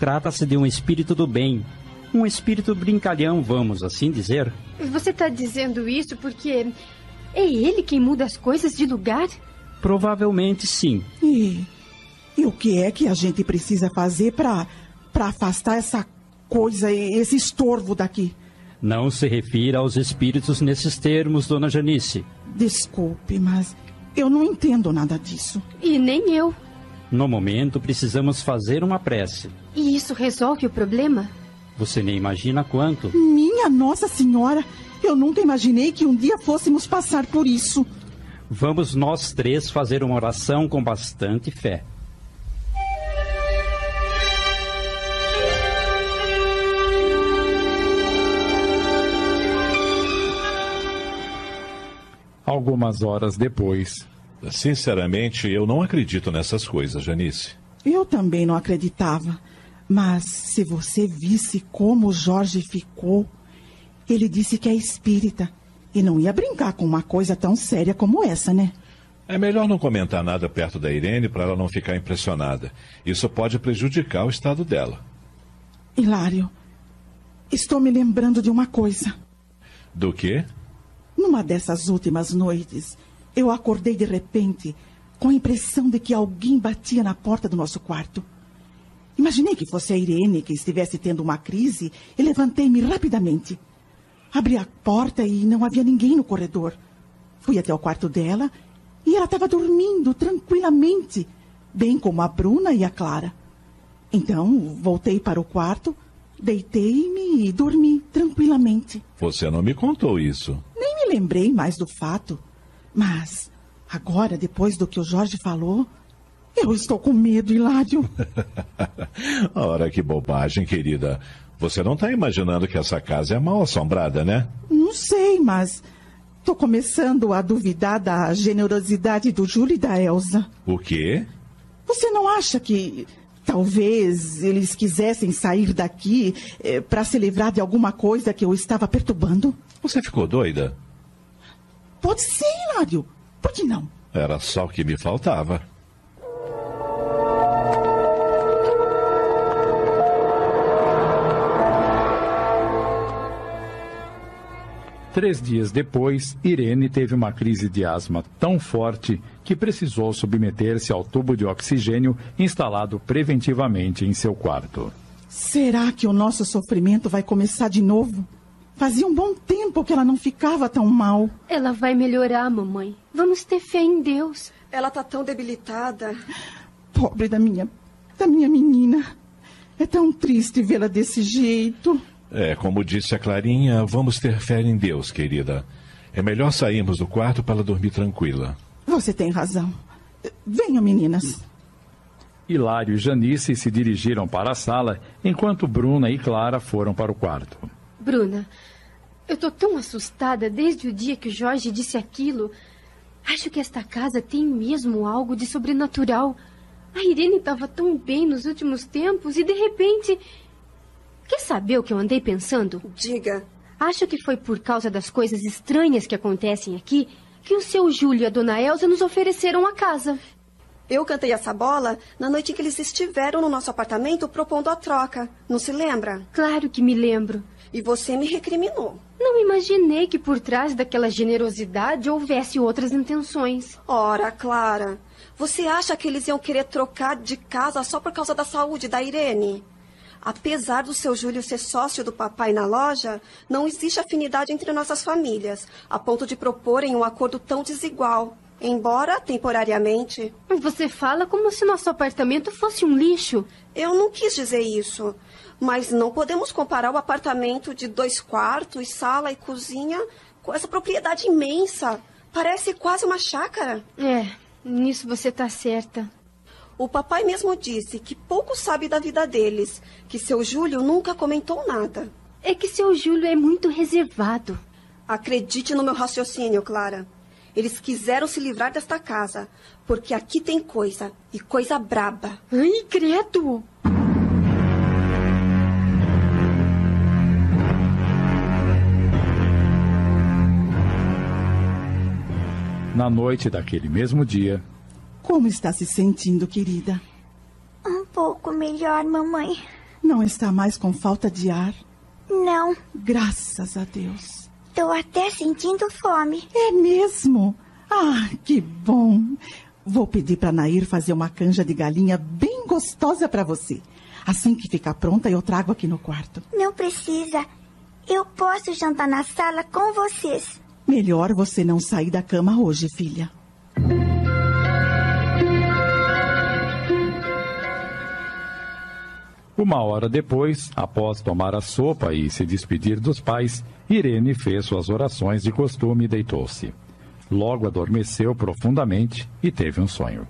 Trata-se de um espírito do bem. Um espírito brincalhão, vamos assim dizer.
Você está dizendo isso porque é ele quem muda as coisas de lugar?
Provavelmente sim.
E, e o que é que a gente precisa fazer para para afastar essa coisa, esse estorvo daqui?
Não se refira aos espíritos nesses termos, dona Janice.
Desculpe, mas eu não entendo nada disso.
E nem eu.
No momento, precisamos fazer uma prece.
E isso resolve o problema?
Você nem imagina quanto.
Minha Nossa Senhora! Eu nunca imaginei que um dia fôssemos passar por isso.
Vamos nós três fazer uma oração com bastante fé.
algumas horas depois.
Sinceramente, eu não acredito nessas coisas, Janice.
Eu também não acreditava. Mas se você visse como Jorge ficou, ele disse que é espírita e não ia brincar com uma coisa tão séria como essa, né?
É melhor não comentar nada perto da Irene para ela não ficar impressionada. Isso pode prejudicar o estado dela.
Hilário, estou me lembrando de uma coisa.
Do quê?
Numa dessas últimas noites, eu acordei de repente com a impressão de que alguém batia na porta do nosso quarto. Imaginei que fosse a Irene que estivesse tendo uma crise e levantei-me rapidamente. Abri a porta e não havia ninguém no corredor. Fui até o quarto dela e ela estava dormindo tranquilamente, bem como a Bruna e a Clara. Então voltei para o quarto, deitei-me e dormi tranquilamente.
Você não me contou isso
me lembrei mais do fato, mas agora, depois do que o Jorge falou, eu estou com medo, Hilário.
Ora, que bobagem, querida. Você não está imaginando que essa casa é mal assombrada, né?
Não sei, mas estou começando a duvidar da generosidade do Júlio e da Elsa.
O quê?
Você não acha que talvez eles quisessem sair daqui eh, para se livrar de alguma coisa que eu estava perturbando?
Você ficou doida?
Pode ser, Hilário. Por que não?
Era só o que me faltava.
Três dias depois, Irene teve uma crise de asma tão forte que precisou submeter-se ao tubo de oxigênio instalado preventivamente em seu quarto.
Será que o nosso sofrimento vai começar de novo? Fazia um bom tempo que ela não ficava tão mal.
Ela vai melhorar, mamãe. Vamos ter fé em Deus.
Ela tá tão debilitada.
Pobre da minha, da minha menina. É tão triste vê-la desse jeito.
É, como disse a Clarinha, vamos ter fé em Deus, querida. É melhor sairmos do quarto para ela dormir tranquila.
Você tem razão. Venham, meninas.
Hilário e Janice se dirigiram para a sala, enquanto Bruna e Clara foram para o quarto.
Bruna, eu tô tão assustada desde o dia que o Jorge disse aquilo. Acho que esta casa tem mesmo algo de sobrenatural. A Irene estava tão bem nos últimos tempos e de repente. Quer saber o que eu andei pensando?
Diga.
Acho que foi por causa das coisas estranhas que acontecem aqui que o seu Júlio e a dona Elsa nos ofereceram a casa.
Eu cantei essa bola na noite em que eles estiveram no nosso apartamento propondo a troca. Não se lembra?
Claro que me lembro.
E você me recriminou.
Não imaginei que por trás daquela generosidade houvesse outras intenções.
Ora, Clara, você acha que eles iam querer trocar de casa só por causa da saúde da Irene? Apesar do seu Júlio ser sócio do papai na loja, não existe afinidade entre nossas famílias, a ponto de proporem um acordo tão desigual. Embora temporariamente.
Mas você fala como se nosso apartamento fosse um lixo.
Eu não quis dizer isso. Mas não podemos comparar o apartamento de dois quartos, sala e cozinha com essa propriedade imensa. Parece quase uma chácara.
É, nisso você está certa.
O papai mesmo disse que pouco sabe da vida deles, que seu Júlio nunca comentou nada.
É que seu Júlio é muito reservado.
Acredite no meu raciocínio, Clara. Eles quiseram se livrar desta casa, porque aqui tem coisa, e coisa braba.
Ai, credo!
Na noite daquele mesmo dia.
Como está se sentindo, querida?
Um pouco melhor, mamãe.
Não está mais com falta de ar?
Não.
Graças a Deus.
Estou até sentindo fome.
É mesmo? Ah, que bom! Vou pedir para Nair fazer uma canja de galinha bem gostosa para você. Assim que ficar pronta, eu trago aqui no quarto.
Não precisa. Eu posso jantar na sala com vocês.
Melhor você não sair da cama hoje, filha.
Uma hora depois, após tomar a sopa e se despedir dos pais, Irene fez suas orações de costume e deitou-se. Logo adormeceu profundamente e teve um sonho.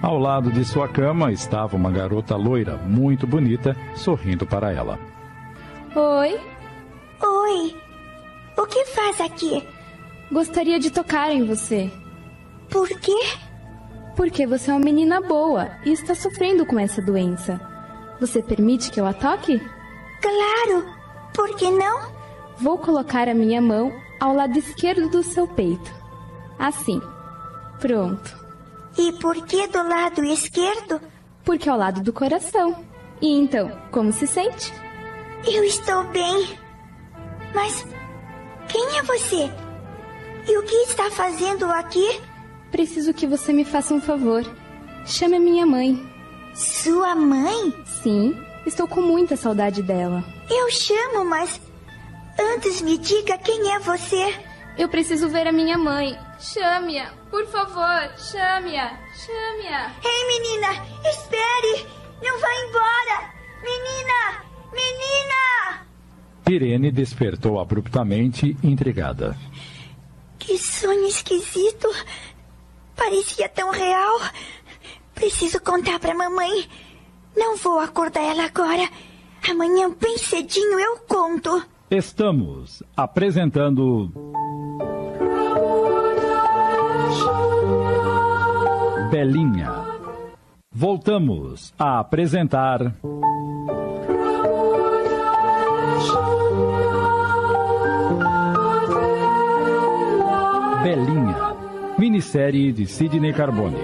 Ao lado de sua cama estava uma garota loira, muito bonita, sorrindo para ela.
Oi,
Oi. O que faz aqui?
gostaria de tocar em você.
Por quê?
Porque você é uma menina boa e está sofrendo com essa doença. Você permite que eu a toque?
Claro. Por que não?
Vou colocar a minha mão ao lado esquerdo do seu peito. Assim. Pronto.
E por que do lado esquerdo?
Porque é ao lado do coração. E então, como se sente?
Eu estou bem. Mas quem é você? E o que está fazendo aqui?
Preciso que você me faça um favor. Chame a minha mãe.
Sua mãe?
Sim, estou com muita saudade dela.
Eu chamo, mas antes me diga quem é você.
Eu preciso ver a minha mãe. Chame-a, por favor, chame-a, chame-a.
Ei, menina, espere! Não vá embora! Menina! Menina!
Irene despertou abruptamente, intrigada.
Que sonho esquisito! Parecia tão real. Preciso contar pra mamãe. Não vou acordar ela agora. Amanhã, bem cedinho, eu conto.
Estamos apresentando. Belinha. Voltamos a apresentar. Belinha. Minissérie de Sidney Carbone.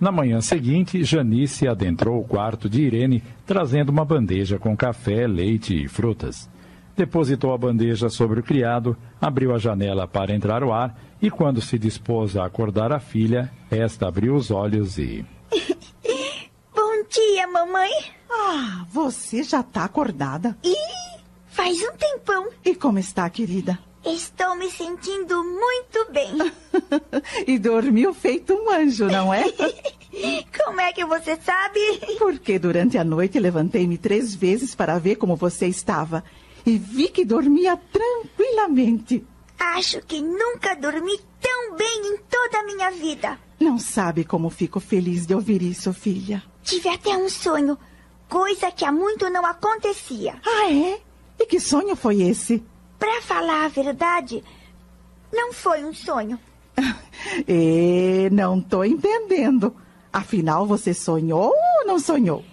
Na manhã seguinte, Janice adentrou o quarto de Irene, trazendo uma bandeja com café, leite e frutas. Depositou a bandeja sobre o criado, abriu a janela para entrar o ar e, quando se dispôs a acordar a filha, esta abriu os olhos e.
Bom dia, mamãe.
Ah, você já está acordada.
Ih, faz um tempão.
E como está, querida?
Estou me sentindo muito bem.
E dormiu feito um anjo, não é?
Como é que você sabe?
Porque durante a noite levantei-me três vezes para ver como você estava. E vi que dormia tranquilamente.
Acho que nunca dormi tão bem em toda a minha vida.
Não sabe como fico feliz de ouvir isso, filha.
Tive até um sonho, coisa que há muito não acontecia.
Ah, é? E que sonho foi esse?
Pra falar a verdade, não foi um sonho.
E não tô entendendo. Afinal, você sonhou ou não sonhou?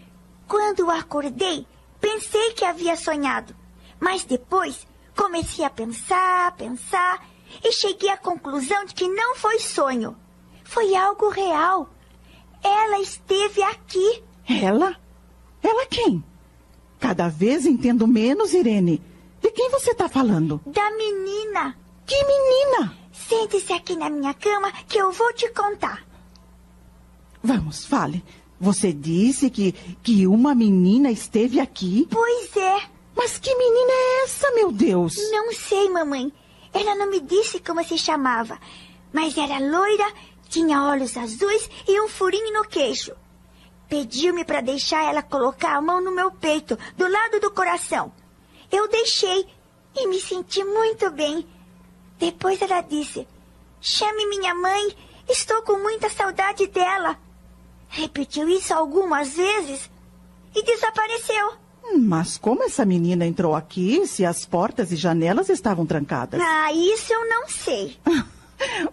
Quando eu acordei, pensei que havia sonhado. Mas depois comecei a pensar, pensar e cheguei à conclusão de que não foi sonho. Foi algo real. Ela esteve aqui.
Ela? Ela quem? Cada vez entendo menos, Irene. De quem você está falando?
Da menina.
Que menina?
Sente-se aqui na minha cama que eu vou te contar.
Vamos, fale. Você disse que, que uma menina esteve aqui?
Pois é.
Mas que menina é essa, meu Deus?
Não sei, mamãe. Ela não me disse como se chamava. Mas era loira, tinha olhos azuis e um furinho no queixo. Pediu-me para deixar ela colocar a mão no meu peito, do lado do coração. Eu deixei e me senti muito bem. Depois ela disse: Chame minha mãe, estou com muita saudade dela. Repetiu isso algumas vezes e desapareceu.
Mas como essa menina entrou aqui se as portas e janelas estavam trancadas?
Ah, isso eu não sei.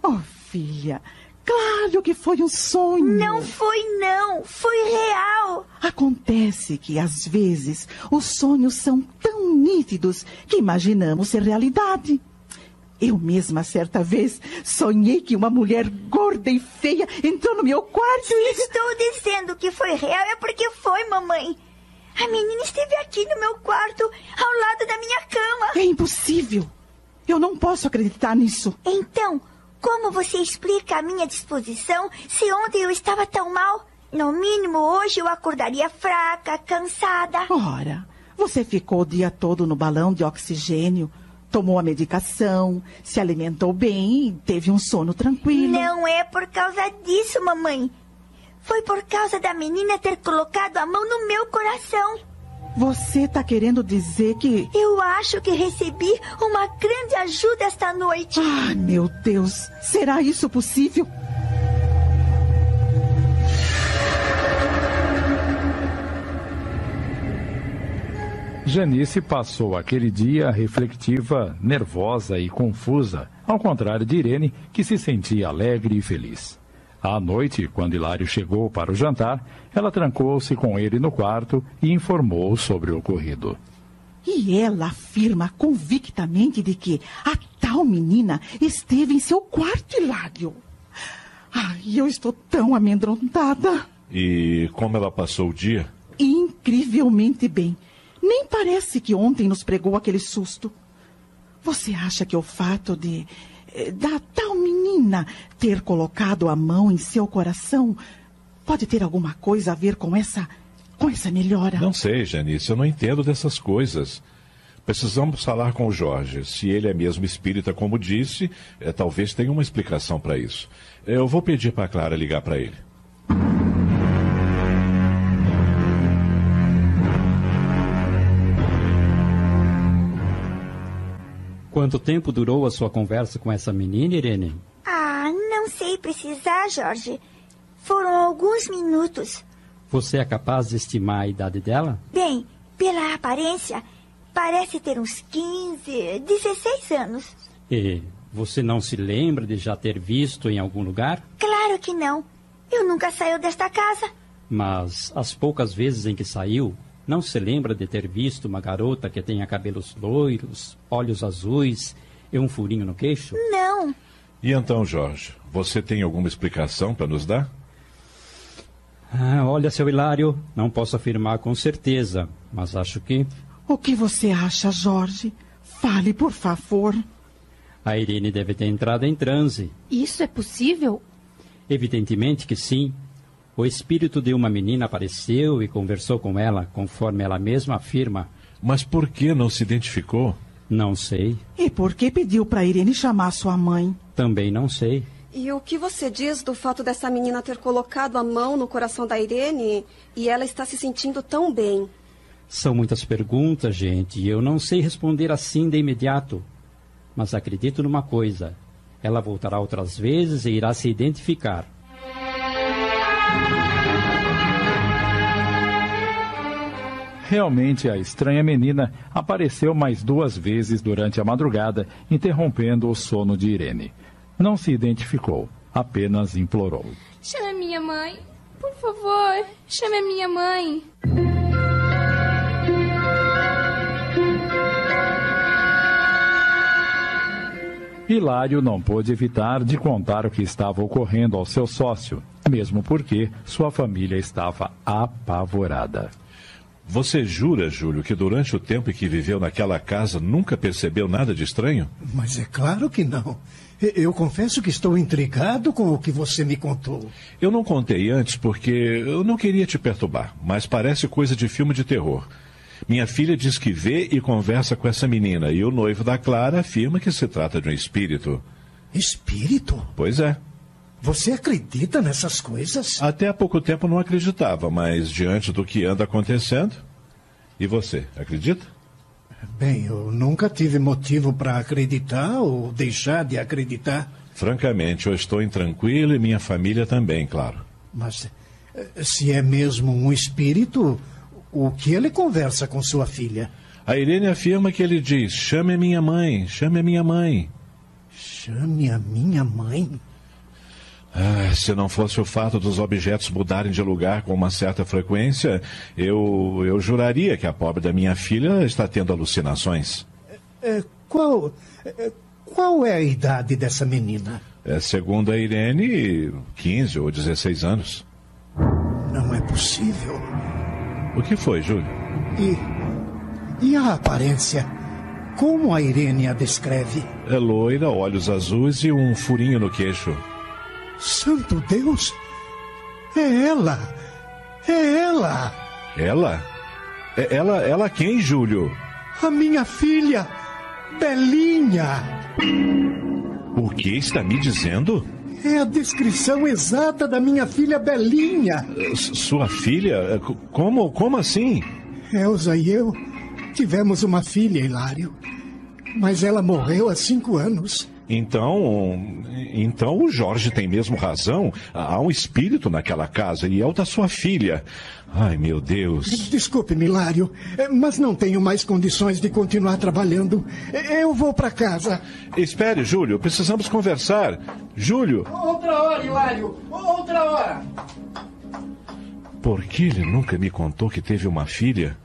oh, filha, claro que foi um sonho.
Não foi, não. Foi real.
Acontece que, às vezes, os sonhos são tão nítidos que imaginamos ser realidade. Eu mesma, certa vez, sonhei que uma mulher gorda e feia entrou no meu quarto e.
Estou dizendo que foi real é porque foi, mamãe. A menina esteve aqui no meu quarto, ao lado da minha cama.
É impossível. Eu não posso acreditar nisso.
Então, como você explica a minha disposição se ontem eu estava tão mal? No mínimo, hoje eu acordaria fraca, cansada.
Oh, Ora, você ficou o dia todo no balão de oxigênio, tomou a medicação, se alimentou bem e teve um sono tranquilo.
Não é por causa disso, mamãe. Foi por causa da menina ter colocado a mão no meu coração.
Você tá querendo dizer que.
Eu acho que recebi uma grande ajuda esta noite.
Ai, meu Deus! Será isso possível?
Janice passou aquele dia reflexiva, nervosa e confusa, ao contrário de Irene, que se sentia alegre e feliz. À noite, quando Hilário chegou para o jantar, ela trancou-se com ele no quarto e informou sobre o ocorrido.
E ela afirma convictamente de que a tal menina esteve em seu quarto, Hilário. Ai, eu estou tão amedrontada.
E como ela passou o dia?
Incrivelmente bem. Nem parece que ontem nos pregou aquele susto. Você acha que o fato de eh, da tal menina ter colocado a mão em seu coração pode ter alguma coisa a ver com essa com essa melhora?
Não sei, Janice, eu não entendo dessas coisas. Precisamos falar com o Jorge. Se ele é mesmo espírita, como disse, é, talvez tenha uma explicação para isso. Eh, Eu vou pedir para a Clara ligar para ele.
Quanto tempo durou a sua conversa com essa menina, Irene?
Ah, não sei precisar, Jorge. Foram alguns minutos.
Você é capaz de estimar a idade dela?
Bem, pela aparência, parece ter uns 15, 16 anos.
E você não se lembra de já ter visto em algum lugar?
Claro que não. Eu nunca saio desta casa.
Mas as poucas vezes em que saiu, não se lembra de ter visto uma garota que tenha cabelos loiros, olhos azuis e um furinho no queixo?
Não.
E então, Jorge, você tem alguma explicação para nos dar?
Ah, olha, seu Hilário, não posso afirmar com certeza, mas acho que.
O que você acha, Jorge? Fale, por favor.
A Irene deve ter entrado em transe.
Isso é possível?
Evidentemente que sim. O espírito de uma menina apareceu e conversou com ela, conforme ela mesma afirma.
Mas por que não se identificou?
Não sei.
E por que pediu para Irene chamar sua mãe?
Também não sei.
E o que você diz do fato dessa menina ter colocado a mão no coração da Irene e ela está se sentindo tão bem?
São muitas perguntas, gente, e eu não sei responder assim de imediato. Mas acredito numa coisa: ela voltará outras vezes e irá se identificar.
Realmente, a estranha menina apareceu mais duas vezes durante a madrugada, interrompendo o sono de Irene. Não se identificou, apenas implorou:
Chame a minha mãe. Por favor, chame a minha mãe.
Hilário não pôde evitar de contar o que estava ocorrendo ao seu sócio, mesmo porque sua família estava apavorada.
Você jura, Júlio, que durante o tempo em que viveu naquela casa nunca percebeu nada de estranho?
Mas é claro que não. E- Eu confesso que estou intrigado com o que você me contou.
Eu não contei antes porque eu não queria te perturbar, mas parece coisa de filme de terror. Minha filha diz que vê e conversa com essa menina, e o noivo da Clara afirma que se trata de um espírito.
Espírito?
Pois é.
Você acredita nessas coisas?
Até há pouco tempo não acreditava, mas diante do que anda acontecendo. E você, acredita?
Bem, eu nunca tive motivo para acreditar ou deixar de acreditar.
Francamente, eu estou intranquilo e minha família também, claro.
Mas eh, se é mesmo um espírito, o que ele conversa com sua filha?
A Irene afirma que ele diz: chame a minha mãe, chame a minha mãe.
Chame a minha mãe?
Ah, se não fosse o fato dos objetos mudarem de lugar com uma certa frequência, eu, eu juraria que a pobre da minha filha está tendo alucinações.
Eh, Qual, eh, qual é a idade dessa menina?
É, segundo a Irene, 15 ou 16 anos.
Não é possível.
O que foi, Júlio?
E, e a aparência? Como a Irene a descreve?
É loira, olhos azuis e um furinho no queixo.
Santo Deus! É ela! É ela!
Ela? É- Ela, ela quem, Júlio?
A minha filha! Belinha!
O que está me dizendo?
É a descrição exata da minha filha Belinha!
Eh, s- Sua filha? Eh, c- Como, como assim?
Elza e eu tivemos uma filha, Hilário. Mas ela morreu há cinco anos.
Então, então o Jorge tem mesmo razão. Há um espírito naquela casa e é o da sua filha. Ai, meu Deus.
Desculpe-me, Hilário, eh, mas não tenho mais condições de continuar trabalhando. Eh, Eu vou para casa.
Espere, Júlio, precisamos conversar. Júlio,
Outra hora, Hilário! Outra hora!
por que ele nunca me contou que teve uma filha?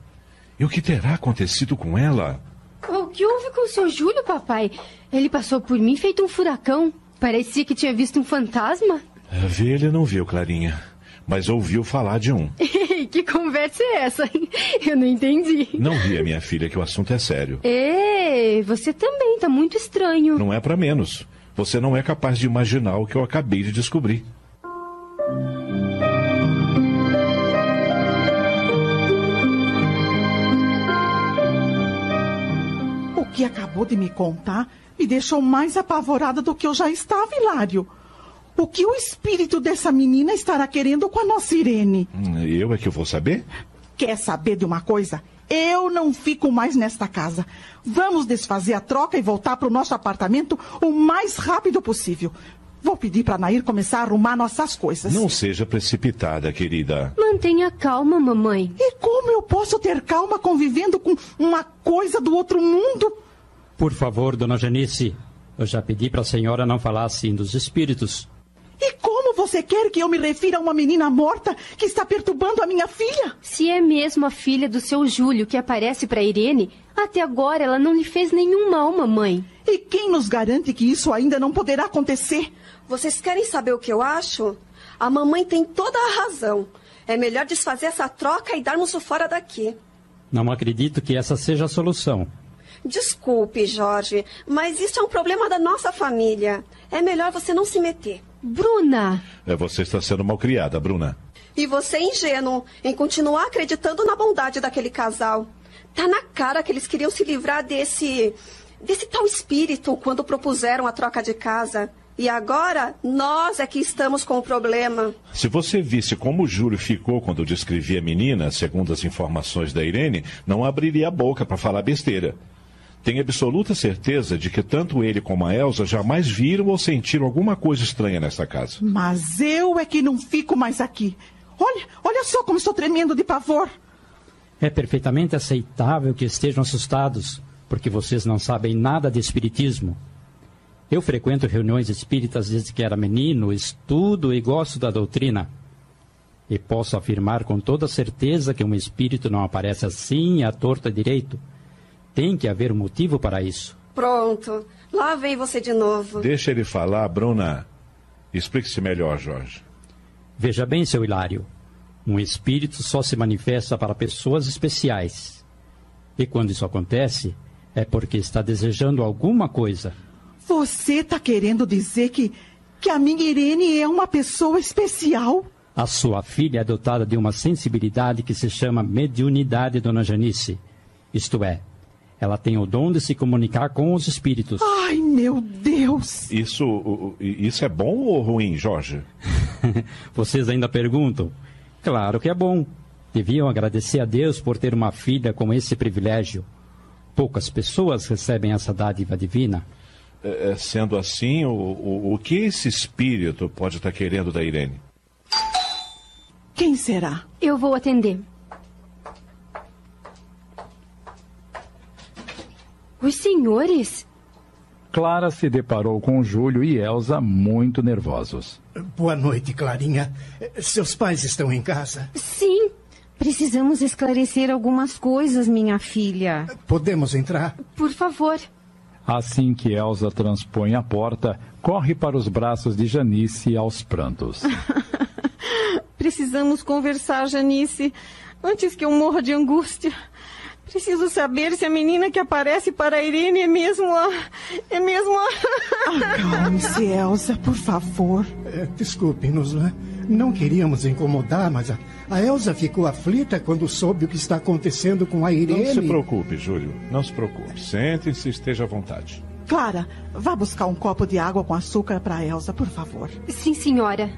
E o que terá acontecido com ela?
O que houve com o seu Júlio, papai? Ele passou por mim feito um furacão. Parecia que tinha visto um fantasma.
Ah, Vê, ele não viu, Clarinha, mas ouviu falar de um.
que conversa é essa? Eu não entendi.
Não ria, minha filha, que o assunto é sério.
Ei, você também tá muito estranho.
Não é para menos. Você não é capaz de imaginar o que eu acabei de descobrir.
O que acabou de me contar me deixou mais apavorada do que eu já estava, Hilário. O que o espírito dessa menina estará querendo com a nossa Irene?
Hum, Eu é que vou saber?
Quer saber de uma coisa? Eu não fico mais nesta casa. Vamos desfazer a troca e voltar para o nosso apartamento o mais rápido possível. Vou pedir para Nair começar a arrumar nossas coisas.
Não seja precipitada, querida.
Mantenha calma, mamãe.
E como eu posso ter calma convivendo com uma coisa do outro mundo?
Por favor, dona Janice, eu já pedi para a senhora não falar assim dos espíritos.
E como você quer que eu me refira a uma menina morta que está perturbando a minha filha?
Se é mesmo a filha do seu Júlio que aparece pra Irene, até agora ela não lhe fez nenhum mal, mamãe.
E quem nos garante que isso ainda não poderá acontecer?
Vocês querem saber o que eu acho? A mamãe tem toda a razão. É melhor desfazer essa troca e darmos o fora daqui.
Não acredito que essa seja a solução.
Desculpe, Jorge, mas isso é um problema da nossa família. É melhor você não se meter.
Bruna,
É, Você está sendo malcriada, Bruna.
E você é ingênuo em continuar acreditando na bondade daquele casal. Tá na cara que eles queriam se livrar desse. desse tal espírito quando propuseram a troca de casa. E agora nós é que estamos com o problema.
Se você visse como o Júlio ficou quando eu descrevi a menina, segundo as informações da Irene, não abriria a boca para falar besteira. Tenho absoluta certeza de que tanto ele como a Elsa jamais viram ou sentiram alguma coisa estranha nessa casa.
Mas eu é que não fico mais aqui. Olha, olha só como estou tremendo de pavor.
É perfeitamente aceitável que estejam assustados, porque vocês não sabem nada de espiritismo. Eu frequento reuniões espíritas desde que era menino, estudo e gosto da doutrina. E posso afirmar com toda certeza que um espírito não aparece assim à torta e direito. Tem que haver um motivo para isso.
Pronto, lá vem você de novo.
Deixa ele falar, Bruna. Explique-se melhor, Jorge.
Veja bem, seu Hilário. Um espírito só se manifesta para pessoas especiais. E quando isso acontece, é porque está desejando alguma coisa.
Você está querendo dizer que, que a minha Irene é uma pessoa especial?
A sua filha é dotada de uma sensibilidade que se chama mediunidade, dona Janice. Isto é, ela tem o dom de se comunicar com os espíritos.
Ai, meu Deus!
Isso, o- o- isso é bom ou ruim, Jorge?
Vocês ainda perguntam? Claro que é bom. Deviam agradecer a Deus por ter uma filha com esse privilégio. Poucas pessoas recebem essa dádiva divina.
É, é, sendo assim, o, o, o que esse espírito pode estar querendo da Irene?
Quem será?
Eu vou atender. Os senhores?
Clara se deparou com Júlio e Elsa muito nervosos.
Boa noite, Clarinha. Eh, Seus pais estão em casa?
Sim. Precisamos esclarecer algumas coisas, minha filha.
Podemos entrar?
Por favor.
Assim que Elsa transpõe a porta, corre para os braços de Janice aos prantos.
Precisamos conversar, Janice, antes que eu morra de angústia. Preciso saber se a menina que aparece para a Irene é mesmo a. É mesmo a.
Acalme-se, Elsa, por favor.
É, Desculpe-nos, né? não queríamos incomodar, mas a, a Elsa ficou aflita quando soube o que está acontecendo com a Irene.
Não se preocupe, Júlio. Não se preocupe. Sente-se e esteja à vontade.
Clara, vá buscar um copo de água com açúcar para Elsa, por favor.
Sim, senhora.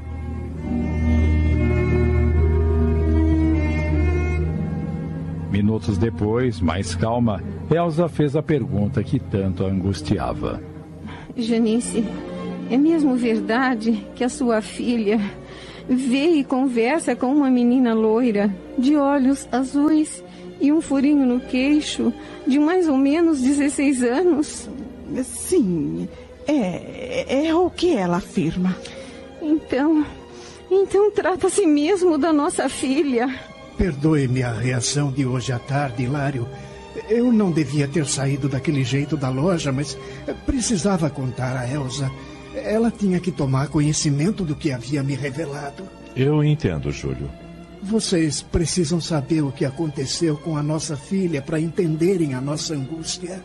Minutos depois, mais calma, Elsa fez a pergunta que tanto a angustiava.
Janice, é mesmo verdade que a sua filha vê e conversa com uma menina loira, de olhos azuis e um furinho no queixo, de mais ou menos 16 anos?
Sim, é, é o que ela afirma.
Então. Então trata-se mesmo da nossa filha.
Perdoe-me a reação de hoje à tarde, Hilário. Eu não devia ter saído daquele jeito da loja, mas eh, precisava contar a Elsa. Ela tinha que tomar conhecimento do que havia me revelado.
Eu entendo, Júlio.
Vocês precisam saber o que aconteceu com a nossa filha para entenderem a nossa angústia.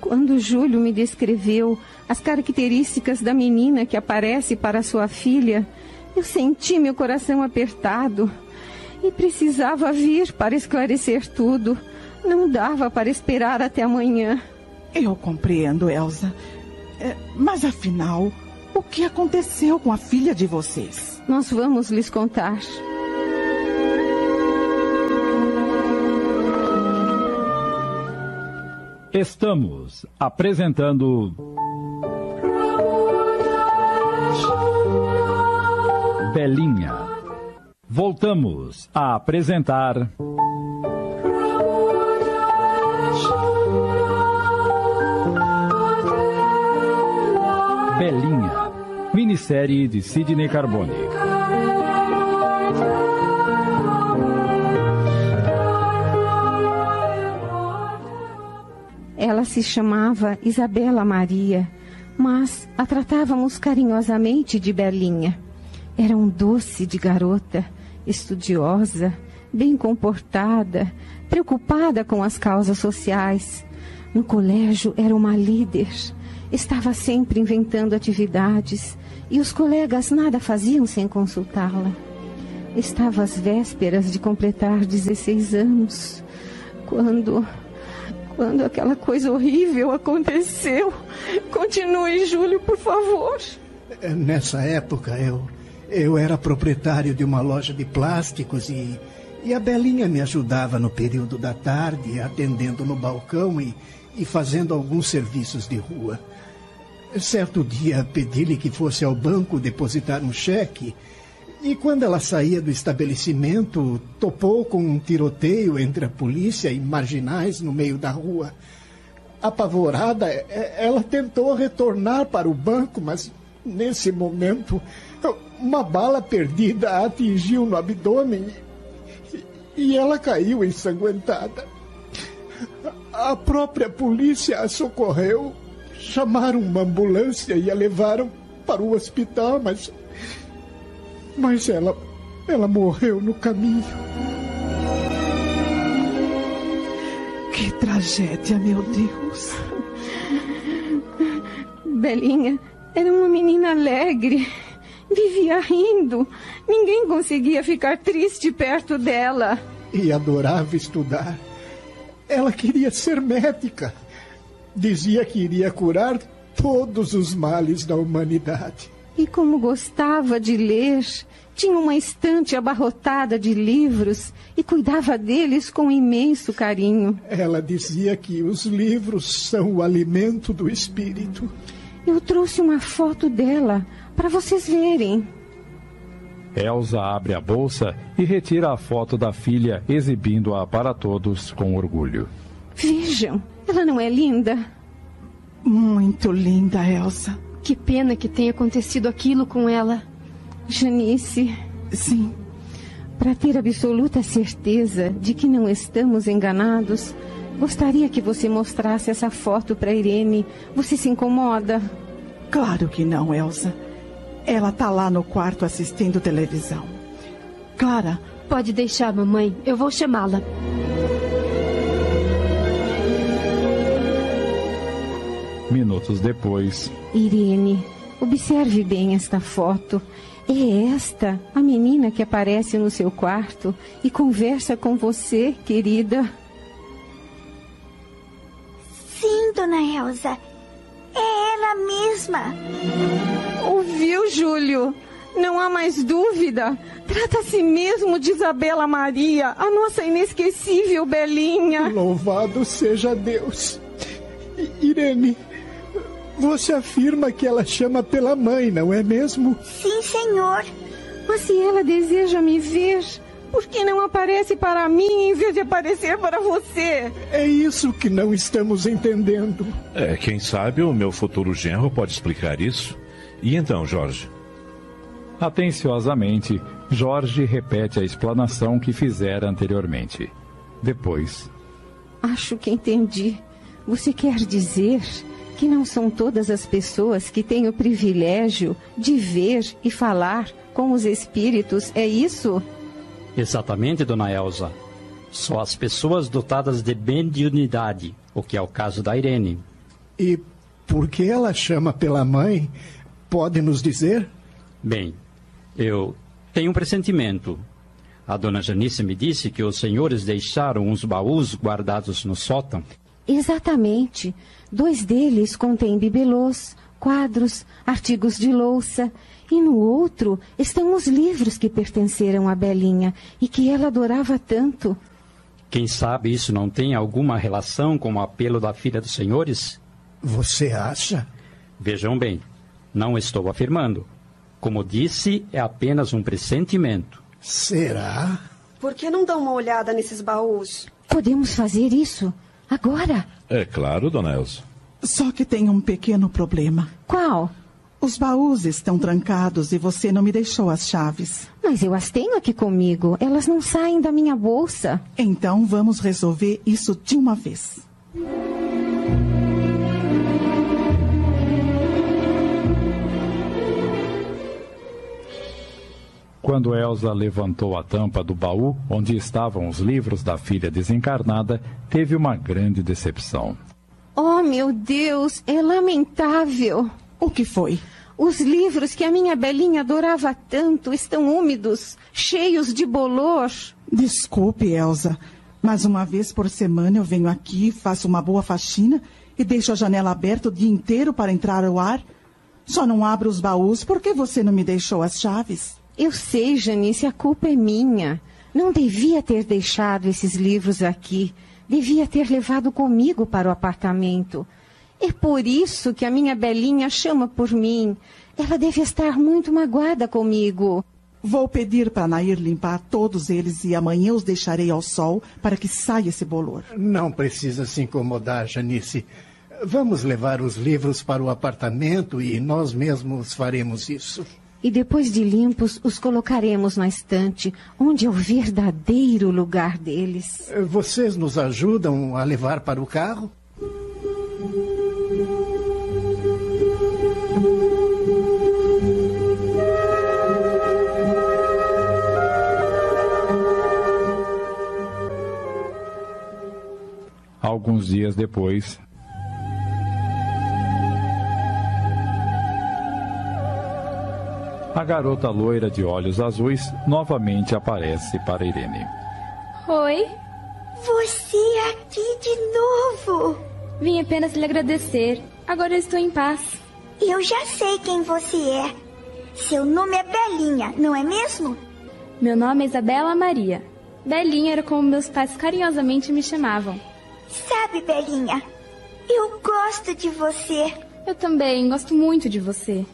Quando Júlio me descreveu as características da menina que aparece para sua filha, eu senti meu coração apertado e precisava vir para esclarecer tudo. Não dava para esperar até amanhã.
Eu compreendo, Elsa. É, mas afinal, o que aconteceu com a filha de vocês?
Nós vamos lhes contar.
Estamos apresentando. Belinha. Voltamos a apresentar. Belinha. Minissérie de Sidney Carbone.
Ela se chamava Isabela Maria, mas a tratávamos carinhosamente de Belinha. Era um doce de garota, estudiosa, bem comportada, preocupada com as causas sociais. No colégio era uma líder, estava sempre inventando atividades e os colegas nada faziam sem consultá-la. Estava às vésperas de completar 16 anos, quando quando aquela coisa horrível aconteceu. Continue, Júlio, por favor.
Eh, Nessa época, eu, eu era proprietário de uma loja de plásticos e, e a Belinha me ajudava no período da tarde, atendendo no balcão e, e fazendo alguns serviços de rua. Certo dia, pedi-lhe que fosse ao banco depositar um cheque. E quando ela saía do estabelecimento, topou com um tiroteio entre a polícia e marginais no meio da rua. Apavorada, e-
é,
ela tentou retornar para o banco, mas nesse momento uma bala perdida a atingiu no abdômen e- e ela caiu ensanguentada.
A própria polícia a socorreu. Chamaram uma ambulância e a levaram para o hospital, mas. Mas ela. Ela morreu no caminho.
Que tragédia, meu Deus.
Belinha era uma menina alegre. Vivia rindo. Ninguém conseguia ficar triste perto dela.
E adorava estudar. Ela queria ser médica. Dizia que iria curar todos os males da humanidade.
E como gostava de ler. Tinha uma estante abarrotada de livros e cuidava deles com imenso carinho.
Ela dizia que os livros são o alimento do espírito.
Eu trouxe uma foto dela para vocês verem.
Elsa abre a bolsa e retira a foto da filha, exibindo-a para todos com orgulho.
Vejam, ela não é linda?
Muito linda, Elsa.
Que pena que tenha acontecido aquilo com ela.
Janice.
Sim.
Para ter absoluta certeza de que não estamos enganados, gostaria que você mostrasse essa foto para Irene. Você se incomoda?
Claro que não, Elsa. Ela tá lá no quarto assistindo televisão. Clara.
Pode deixar, mamãe. Eu vou chamá-la.
Minutos depois.
Irene, observe bem esta foto. É esta a menina que aparece no seu quarto e conversa com você, querida.
Sim, dona Elsa. É ela mesma.
Ouviu, Júlio? Não há mais dúvida. Trata-se mesmo de Isabela Maria, a nossa inesquecível Belinha.
Louvado seja Deus. Irene, você afirma que ela chama pela mãe, não é mesmo?
Sim, senhor.
Mas se ela deseja me ver, por que não aparece para mim em vez de aparecer para você?
É isso que não estamos entendendo.
É, quem sabe o meu futuro genro pode explicar isso. E então, Jorge?
Atenciosamente, Jorge repete a explanação que fizera anteriormente. Depois.
Acho que entendi. Você quer dizer que não são todas as pessoas que têm o privilégio de ver e falar com os espíritos, é isso?
Exatamente, dona Elsa. Só as pessoas dotadas de mediunidade, o que é o caso da Irene.
E por que ela chama pela mãe? Pode nos dizer?
Bem, eu tenho um pressentimento. A dona Janice me disse que os senhores deixaram uns baús guardados no sótão.
Exatamente. Dois deles contêm bibelôs, quadros, artigos de louça. E no outro estão os livros que pertenceram a Belinha e que ela adorava tanto.
Quem sabe isso não tem alguma relação com o apelo da filha dos senhores?
Você acha?
Vejam bem, não estou afirmando. Como disse, é apenas um pressentimento.
Será?
Por que não dão uma olhada nesses baús?
Podemos fazer isso agora?
É claro, dona Elsa.
Só que tem um pequeno problema.
Qual?
Os baús estão trancados e você não me deixou as chaves.
Mas eu as tenho aqui comigo. Elas não saem da minha bolsa.
Então vamos resolver isso de uma vez.
Quando Elsa levantou a tampa do baú onde estavam os livros da filha desencarnada, teve uma grande decepção.
Oh, meu Deus, é lamentável.
O que foi?
Os livros que a minha Belinha adorava tanto estão úmidos, cheios de bolor.
Desculpe, Elsa, mas uma vez por semana eu venho aqui, faço uma boa faxina e deixo a janela aberta o dia inteiro para entrar o ar. Só não abro os baús porque você não me deixou as chaves.
Eu sei, Janice, a culpa é minha. Não devia ter deixado esses livros aqui. Devia ter levado comigo para o apartamento. É por isso que a minha Belinha chama por mim. Ela deve estar muito magoada comigo.
Vou pedir para Nair limpar todos eles e amanhã os deixarei ao sol para que saia esse bolor.
Não precisa se incomodar, Janice. Vamos levar os livros para o apartamento e nós mesmos faremos isso.
E depois de limpos, os colocaremos na estante, onde é o verdadeiro lugar deles.
Vocês nos ajudam a levar para o carro?
Alguns dias depois, a garota loira de olhos azuis novamente aparece para Irene.
Oi,
Você aqui de novo.
vim apenas lhe agradecer. Agora eu estou em paz.
Eu já sei quem você é. Seu nome é Belinha, não é mesmo?
Meu nome é Isabela Maria. Belinha era como meus pais carinhosamente me chamavam.
Sabe, Belinha, eu gosto de você.
Eu também gosto muito de você.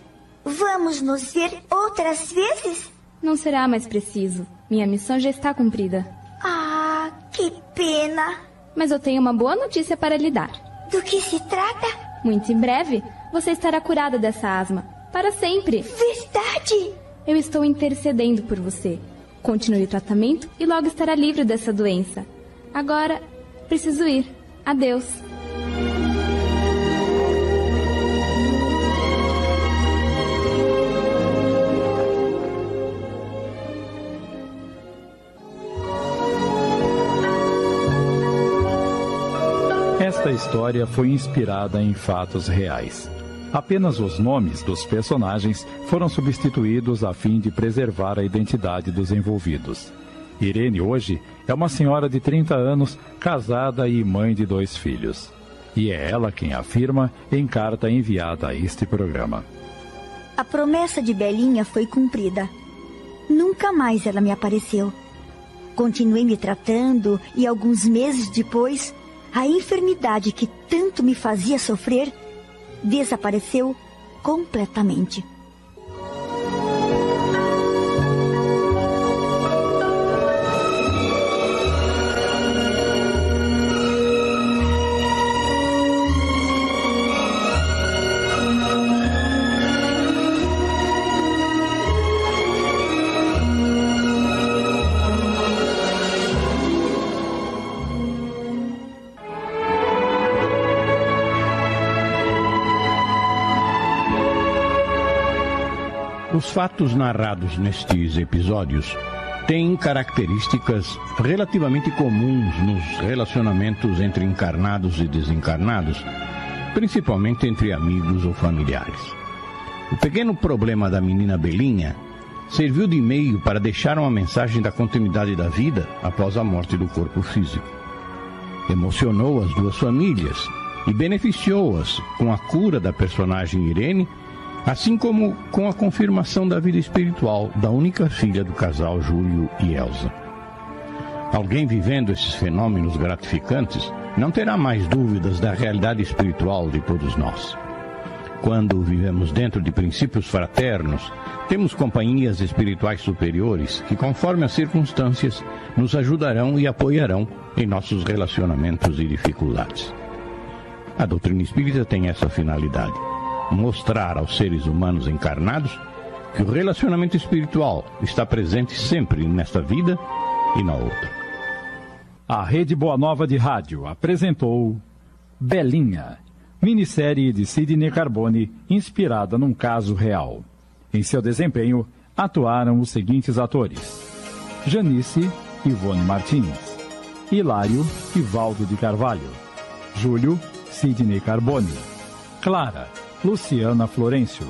Vamos nos ver outras vezes?
Não será mais preciso. Minha missão já está cumprida.
Ah, que pena.
Mas eu tenho uma boa notícia para lhe dar.
Do que se trata?
Muito em breve, você estará curada dessa asma. Para sempre!
Verdade!
Eu estou intercedendo por você. Continue o tratamento e logo estará livre dessa doença. Agora, preciso ir. Adeus.
Esta história foi inspirada em fatos reais. Apenas os nomes dos personagens foram substituídos a fim de preservar a identidade dos envolvidos. Irene hoje é uma senhora de 30 anos, casada e mãe de dois filhos. E é ela quem afirma em carta enviada a este programa.
A promessa de Belinha foi cumprida. Nunca mais ela me apareceu. Continuei me tratando e alguns meses depois, a enfermidade que tanto me fazia sofrer desapareceu completamente.
Os fatos narrados nestes episódios têm características relativamente comuns nos relacionamentos entre encarnados e desencarnados, principalmente entre amigos ou familiares. O pequeno problema da menina Belinha serviu de meio para deixar uma mensagem da continuidade da vida após a morte do corpo físico. Emocionou as duas famílias e beneficiou-as com a cura da personagem Irene, assim como com a confirmação da vida espiritual da única filha do casal Júlio e Elsa. Alguém vivendo esses fenômenos gratificantes não terá mais dúvidas da realidade espiritual de todos nós. Quando vivemos dentro de princípios fraternos, temos companhias espirituais superiores que, conforme as circunstâncias, nos ajudarão e apoiarão em nossos relacionamentos e dificuldades. A doutrina espírita tem essa finalidade: mostrar aos seres humanos encarnados que o relacionamento espiritual está presente sempre nesta vida e na outra.
A Rede Boa Nova de Rádio apresentou Belinha, minissérie de Sidney Carbone inspirada num caso real. Em seu desempenho, atuaram os seguintes atores: Janice, Ivone Martins, Hilário, Ivaldo de Carvalho, Júlio, Sidney Carbone, Clara, Luciana Florencio,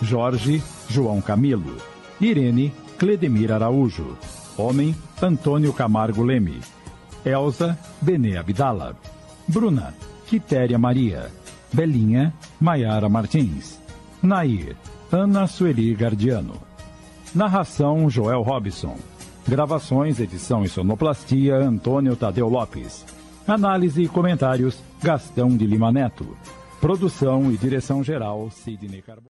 Jorge, João Camilo, Irene, Cledemir Araújo, Homem, Antônio Camargo Leme. Elza Benê Abdala. Bruna Quitéria Maria. Belinha Maiara Martins. Nair Ana Sueli Gardiano. Narração Joel Robson. Gravações, edição e sonoplastia Antônio Tadeu Lopes. Análise e comentários Gastão de Lima Neto. Produção e direção geral Sidney Carbone.